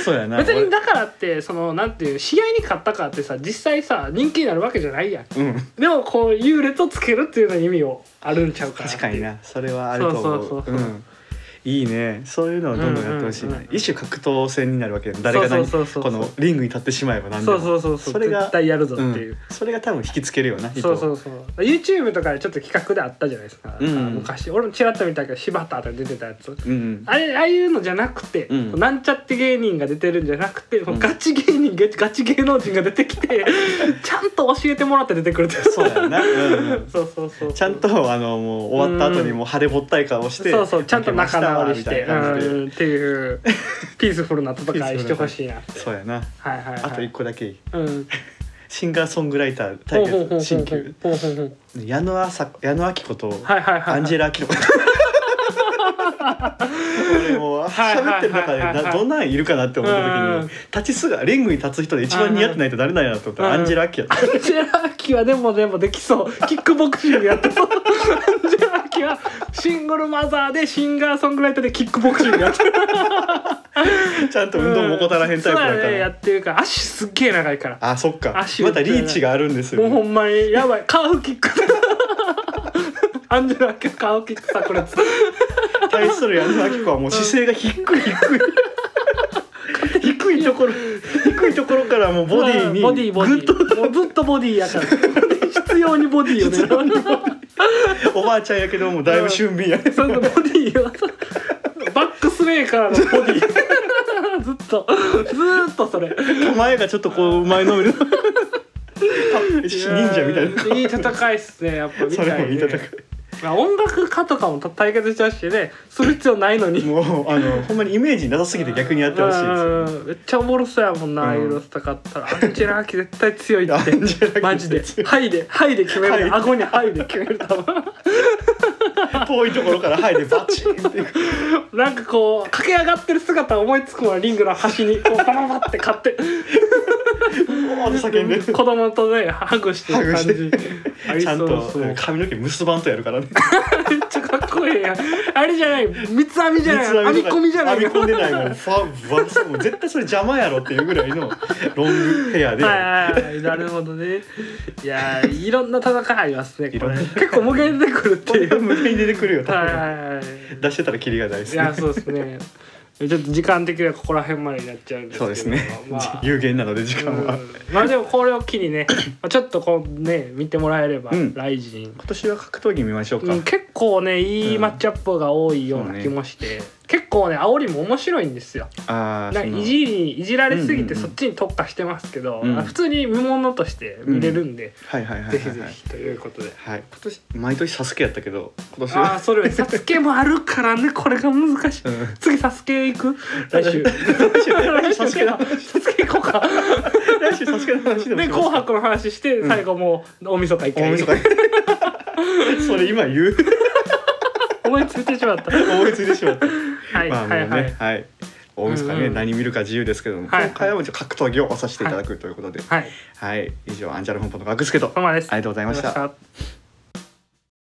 [SPEAKER 1] そう やな
[SPEAKER 2] 別にだからってそのなんていう試合に勝ったからってさ実際さ人気になるわけじゃないやん
[SPEAKER 1] 俺うん
[SPEAKER 2] でもこう優劣をつけるっていうのに意味をあるんちゃうかなって い
[SPEAKER 1] 確
[SPEAKER 2] う
[SPEAKER 1] かになそれはあると思う
[SPEAKER 2] そうそうそうそうん
[SPEAKER 1] いいねそういうのをどんどんやってほしい
[SPEAKER 2] うん
[SPEAKER 1] な
[SPEAKER 2] うんうんうん
[SPEAKER 1] 一種格闘戦になるわけだ誰が
[SPEAKER 2] そう
[SPEAKER 1] 何
[SPEAKER 2] そうそうそ
[SPEAKER 1] こ
[SPEAKER 2] う
[SPEAKER 1] のリングに立ってしまえば何で
[SPEAKER 2] そ
[SPEAKER 1] も
[SPEAKER 2] うそうそうそう
[SPEAKER 1] それが
[SPEAKER 2] 絶対やるぞっていう、
[SPEAKER 1] んそれが多分引きつけるよな人
[SPEAKER 2] そうそううそう YouTube とかでちょっと企画であったじゃないですか、
[SPEAKER 1] うんうん
[SPEAKER 2] 昔俺もちらっと見たけど柴田が出てたやつ
[SPEAKER 1] うん
[SPEAKER 2] あれああいうのじゃなくて、
[SPEAKER 1] うん
[SPEAKER 2] なんちゃって芸人が出てるんじゃなくて、
[SPEAKER 1] ん
[SPEAKER 2] ガチ芸人ガチガチ芸能人が出て きてちゃんと教えてもらって出てくるって
[SPEAKER 1] そうやなうんうん
[SPEAKER 2] そうそうそう
[SPEAKER 1] ちゃんとあのもう終わった後にもう晴れぼったい顔して
[SPEAKER 2] そうそうちゃんと仲直りし
[SPEAKER 1] 負
[SPEAKER 2] て
[SPEAKER 1] けましたわみたいな感じで
[SPEAKER 2] うんっていうピースフルな戦いしてほし いなって
[SPEAKER 1] そうやな
[SPEAKER 2] はいはいはい
[SPEAKER 1] あと一個だけいい
[SPEAKER 2] うん
[SPEAKER 1] シンガーソングライター
[SPEAKER 2] ほ
[SPEAKER 1] 対
[SPEAKER 2] うほうほうほう
[SPEAKER 1] 決新旧
[SPEAKER 2] ほうほうほう
[SPEAKER 1] 矢野あさ矢野明子と
[SPEAKER 2] はいはいはいはい
[SPEAKER 1] アンジェラ・アキ子俺もう
[SPEAKER 2] はいはい
[SPEAKER 1] 喋ってる中
[SPEAKER 2] はいはい
[SPEAKER 1] で
[SPEAKER 2] は
[SPEAKER 1] ないどんなんいるかなって思った
[SPEAKER 2] う
[SPEAKER 1] 時
[SPEAKER 2] ん
[SPEAKER 1] に立ちすがリングに立つ人で一番似合ってないと誰なんやろと思ったら
[SPEAKER 2] う
[SPEAKER 1] ア
[SPEAKER 2] ん
[SPEAKER 1] ンジェラ・アキやった
[SPEAKER 2] アンジェラーキはでもでもできそうキックボクシングやってそうアンジェラーキはシングルマザーでシンガーソングライターでキックボクシングやってる
[SPEAKER 1] ちゃんと運動も怠らへんタイプ
[SPEAKER 2] そうやねや
[SPEAKER 1] だから
[SPEAKER 2] ってるから足すっげえ長いから
[SPEAKER 1] あそっか
[SPEAKER 2] 足打
[SPEAKER 1] ま
[SPEAKER 2] った
[SPEAKER 1] た
[SPEAKER 2] ら
[SPEAKER 1] リーチがあるんです
[SPEAKER 2] もう
[SPEAKER 1] よ
[SPEAKER 2] ほ
[SPEAKER 1] ね
[SPEAKER 2] んまにやばいカーフキックアンジェラーキはカーフキック炸裂
[SPEAKER 1] 対する矢沢亜希子はもう姿勢が低い低い低いところ低いところからもうボディに
[SPEAKER 2] ボディボデ
[SPEAKER 1] グッと
[SPEAKER 2] ィもうずっとボディやから必要にボディを
[SPEAKER 1] 必要にボ
[SPEAKER 2] ね
[SPEAKER 1] おばあちゃんやけどもうだいぶ俊敏や ね
[SPEAKER 2] そのボディはさバックスレーからのボディ ずっとずーっとそれ
[SPEAKER 1] 前がちょっとこう前のめりの忍者みたいな
[SPEAKER 2] やいい戦いっすねやっぱみた
[SPEAKER 1] そ
[SPEAKER 2] い
[SPEAKER 1] れもいい戦い
[SPEAKER 2] まあ、音楽家とかも対決してほしいねする必要ないのに
[SPEAKER 1] もうあのほんまにイメージなさすぎて逆にやってほしいですよ
[SPEAKER 2] うんめっちゃおもろそうやもんな、
[SPEAKER 1] うん
[SPEAKER 2] ああいうの戦ったらアンジェラ・アキ絶対強い
[SPEAKER 1] アン
[SPEAKER 2] っ
[SPEAKER 1] ジ
[SPEAKER 2] て
[SPEAKER 1] ェラアキ
[SPEAKER 2] マジで「はい」で「はい」で決め
[SPEAKER 1] はい
[SPEAKER 2] る顎に「はい」で決める多分
[SPEAKER 1] 遠いところからはいでバチン っていく
[SPEAKER 2] なんかこう駆け上がってる姿思いつくわリングの端にこうバババって 買って
[SPEAKER 1] おーって叫んで
[SPEAKER 2] 子供とねハグしてる感じあり
[SPEAKER 1] ちゃん
[SPEAKER 2] そう
[SPEAKER 1] と
[SPEAKER 2] そう
[SPEAKER 1] 髪の毛結ばんとやるからね
[SPEAKER 2] めっちゃかっこいいやんあれじゃない三つ編みじゃない
[SPEAKER 1] 三つ
[SPEAKER 2] 編み込みじゃない
[SPEAKER 1] 編み込んでない
[SPEAKER 2] は
[SPEAKER 1] もんファファもう絶対それ邪魔やろっていうぐらいのロングヘア
[SPEAKER 2] い
[SPEAKER 1] で
[SPEAKER 2] はいはいなるほどねいやーいろんな戦いありますね
[SPEAKER 1] い
[SPEAKER 2] こ
[SPEAKER 1] ろん
[SPEAKER 2] れ
[SPEAKER 1] な
[SPEAKER 2] 結構無限に出てくるって
[SPEAKER 1] これ
[SPEAKER 2] い
[SPEAKER 1] が
[SPEAKER 2] う
[SPEAKER 1] 無限に出てくるよ多
[SPEAKER 2] はい
[SPEAKER 1] 分
[SPEAKER 2] はいはい
[SPEAKER 1] 出してたらキリがないで
[SPEAKER 2] い
[SPEAKER 1] すね
[SPEAKER 2] やそうですね。ちょっと時間的にはここら辺までになっちゃうんですけ
[SPEAKER 1] そ
[SPEAKER 2] ど。
[SPEAKER 1] うですね
[SPEAKER 2] まあ
[SPEAKER 1] 有限なので時
[SPEAKER 2] う
[SPEAKER 1] 間
[SPEAKER 2] ん
[SPEAKER 1] は
[SPEAKER 2] まあでもこれを機にね、まあちょっとこうね見てもらえれば、
[SPEAKER 1] うん
[SPEAKER 2] ライジン。
[SPEAKER 1] 今年は格闘技見ましょうか
[SPEAKER 2] うん結構ねいい
[SPEAKER 1] うん
[SPEAKER 2] マッチアップが多いような気もして、結構ね煽りも面白いんですよ
[SPEAKER 1] あ
[SPEAKER 2] なん
[SPEAKER 1] あ
[SPEAKER 2] かいじりいじられすぎて
[SPEAKER 1] うんうんうん
[SPEAKER 2] そっちに特化してますけど、
[SPEAKER 1] うん
[SPEAKER 2] 普通に見物として見れるんで、
[SPEAKER 1] はいはいはいはい
[SPEAKER 2] ぜひぜ
[SPEAKER 1] はい
[SPEAKER 2] ひということで、
[SPEAKER 1] はい今年毎年サスケやったけど今年
[SPEAKER 2] ああ
[SPEAKER 1] は
[SPEAKER 2] それサスケもあるからねこれが難しい、
[SPEAKER 1] うん
[SPEAKER 2] 次サスケ行く来週
[SPEAKER 1] 来週
[SPEAKER 2] サ
[SPEAKER 1] サ
[SPEAKER 2] ス
[SPEAKER 1] ス
[SPEAKER 2] ケ
[SPEAKER 1] ケ
[SPEAKER 2] だ
[SPEAKER 1] だ
[SPEAKER 2] サスケ行こうか
[SPEAKER 1] 来週サスケの話でも
[SPEAKER 2] で「
[SPEAKER 1] します
[SPEAKER 2] 紅 白」の話して最後もう大晦日一
[SPEAKER 1] 大
[SPEAKER 2] 回
[SPEAKER 1] 晦 日 それ今言う
[SPEAKER 2] 思いついてしまった
[SPEAKER 1] 思いついてしまった
[SPEAKER 2] はい
[SPEAKER 1] まあも
[SPEAKER 2] は
[SPEAKER 1] う
[SPEAKER 2] い
[SPEAKER 1] ね
[SPEAKER 2] は
[SPEAKER 1] はいい、大晦日
[SPEAKER 2] うん
[SPEAKER 1] ね、
[SPEAKER 2] うん
[SPEAKER 1] 何見るか自由ですけども、
[SPEAKER 2] はい
[SPEAKER 1] 今回はもうちょっと格闘技をさせていただくということで
[SPEAKER 2] はい
[SPEAKER 1] はい、以上アンジャル本舗の学助と
[SPEAKER 2] ここまでです
[SPEAKER 1] ありがとうございました
[SPEAKER 2] ありがとうございました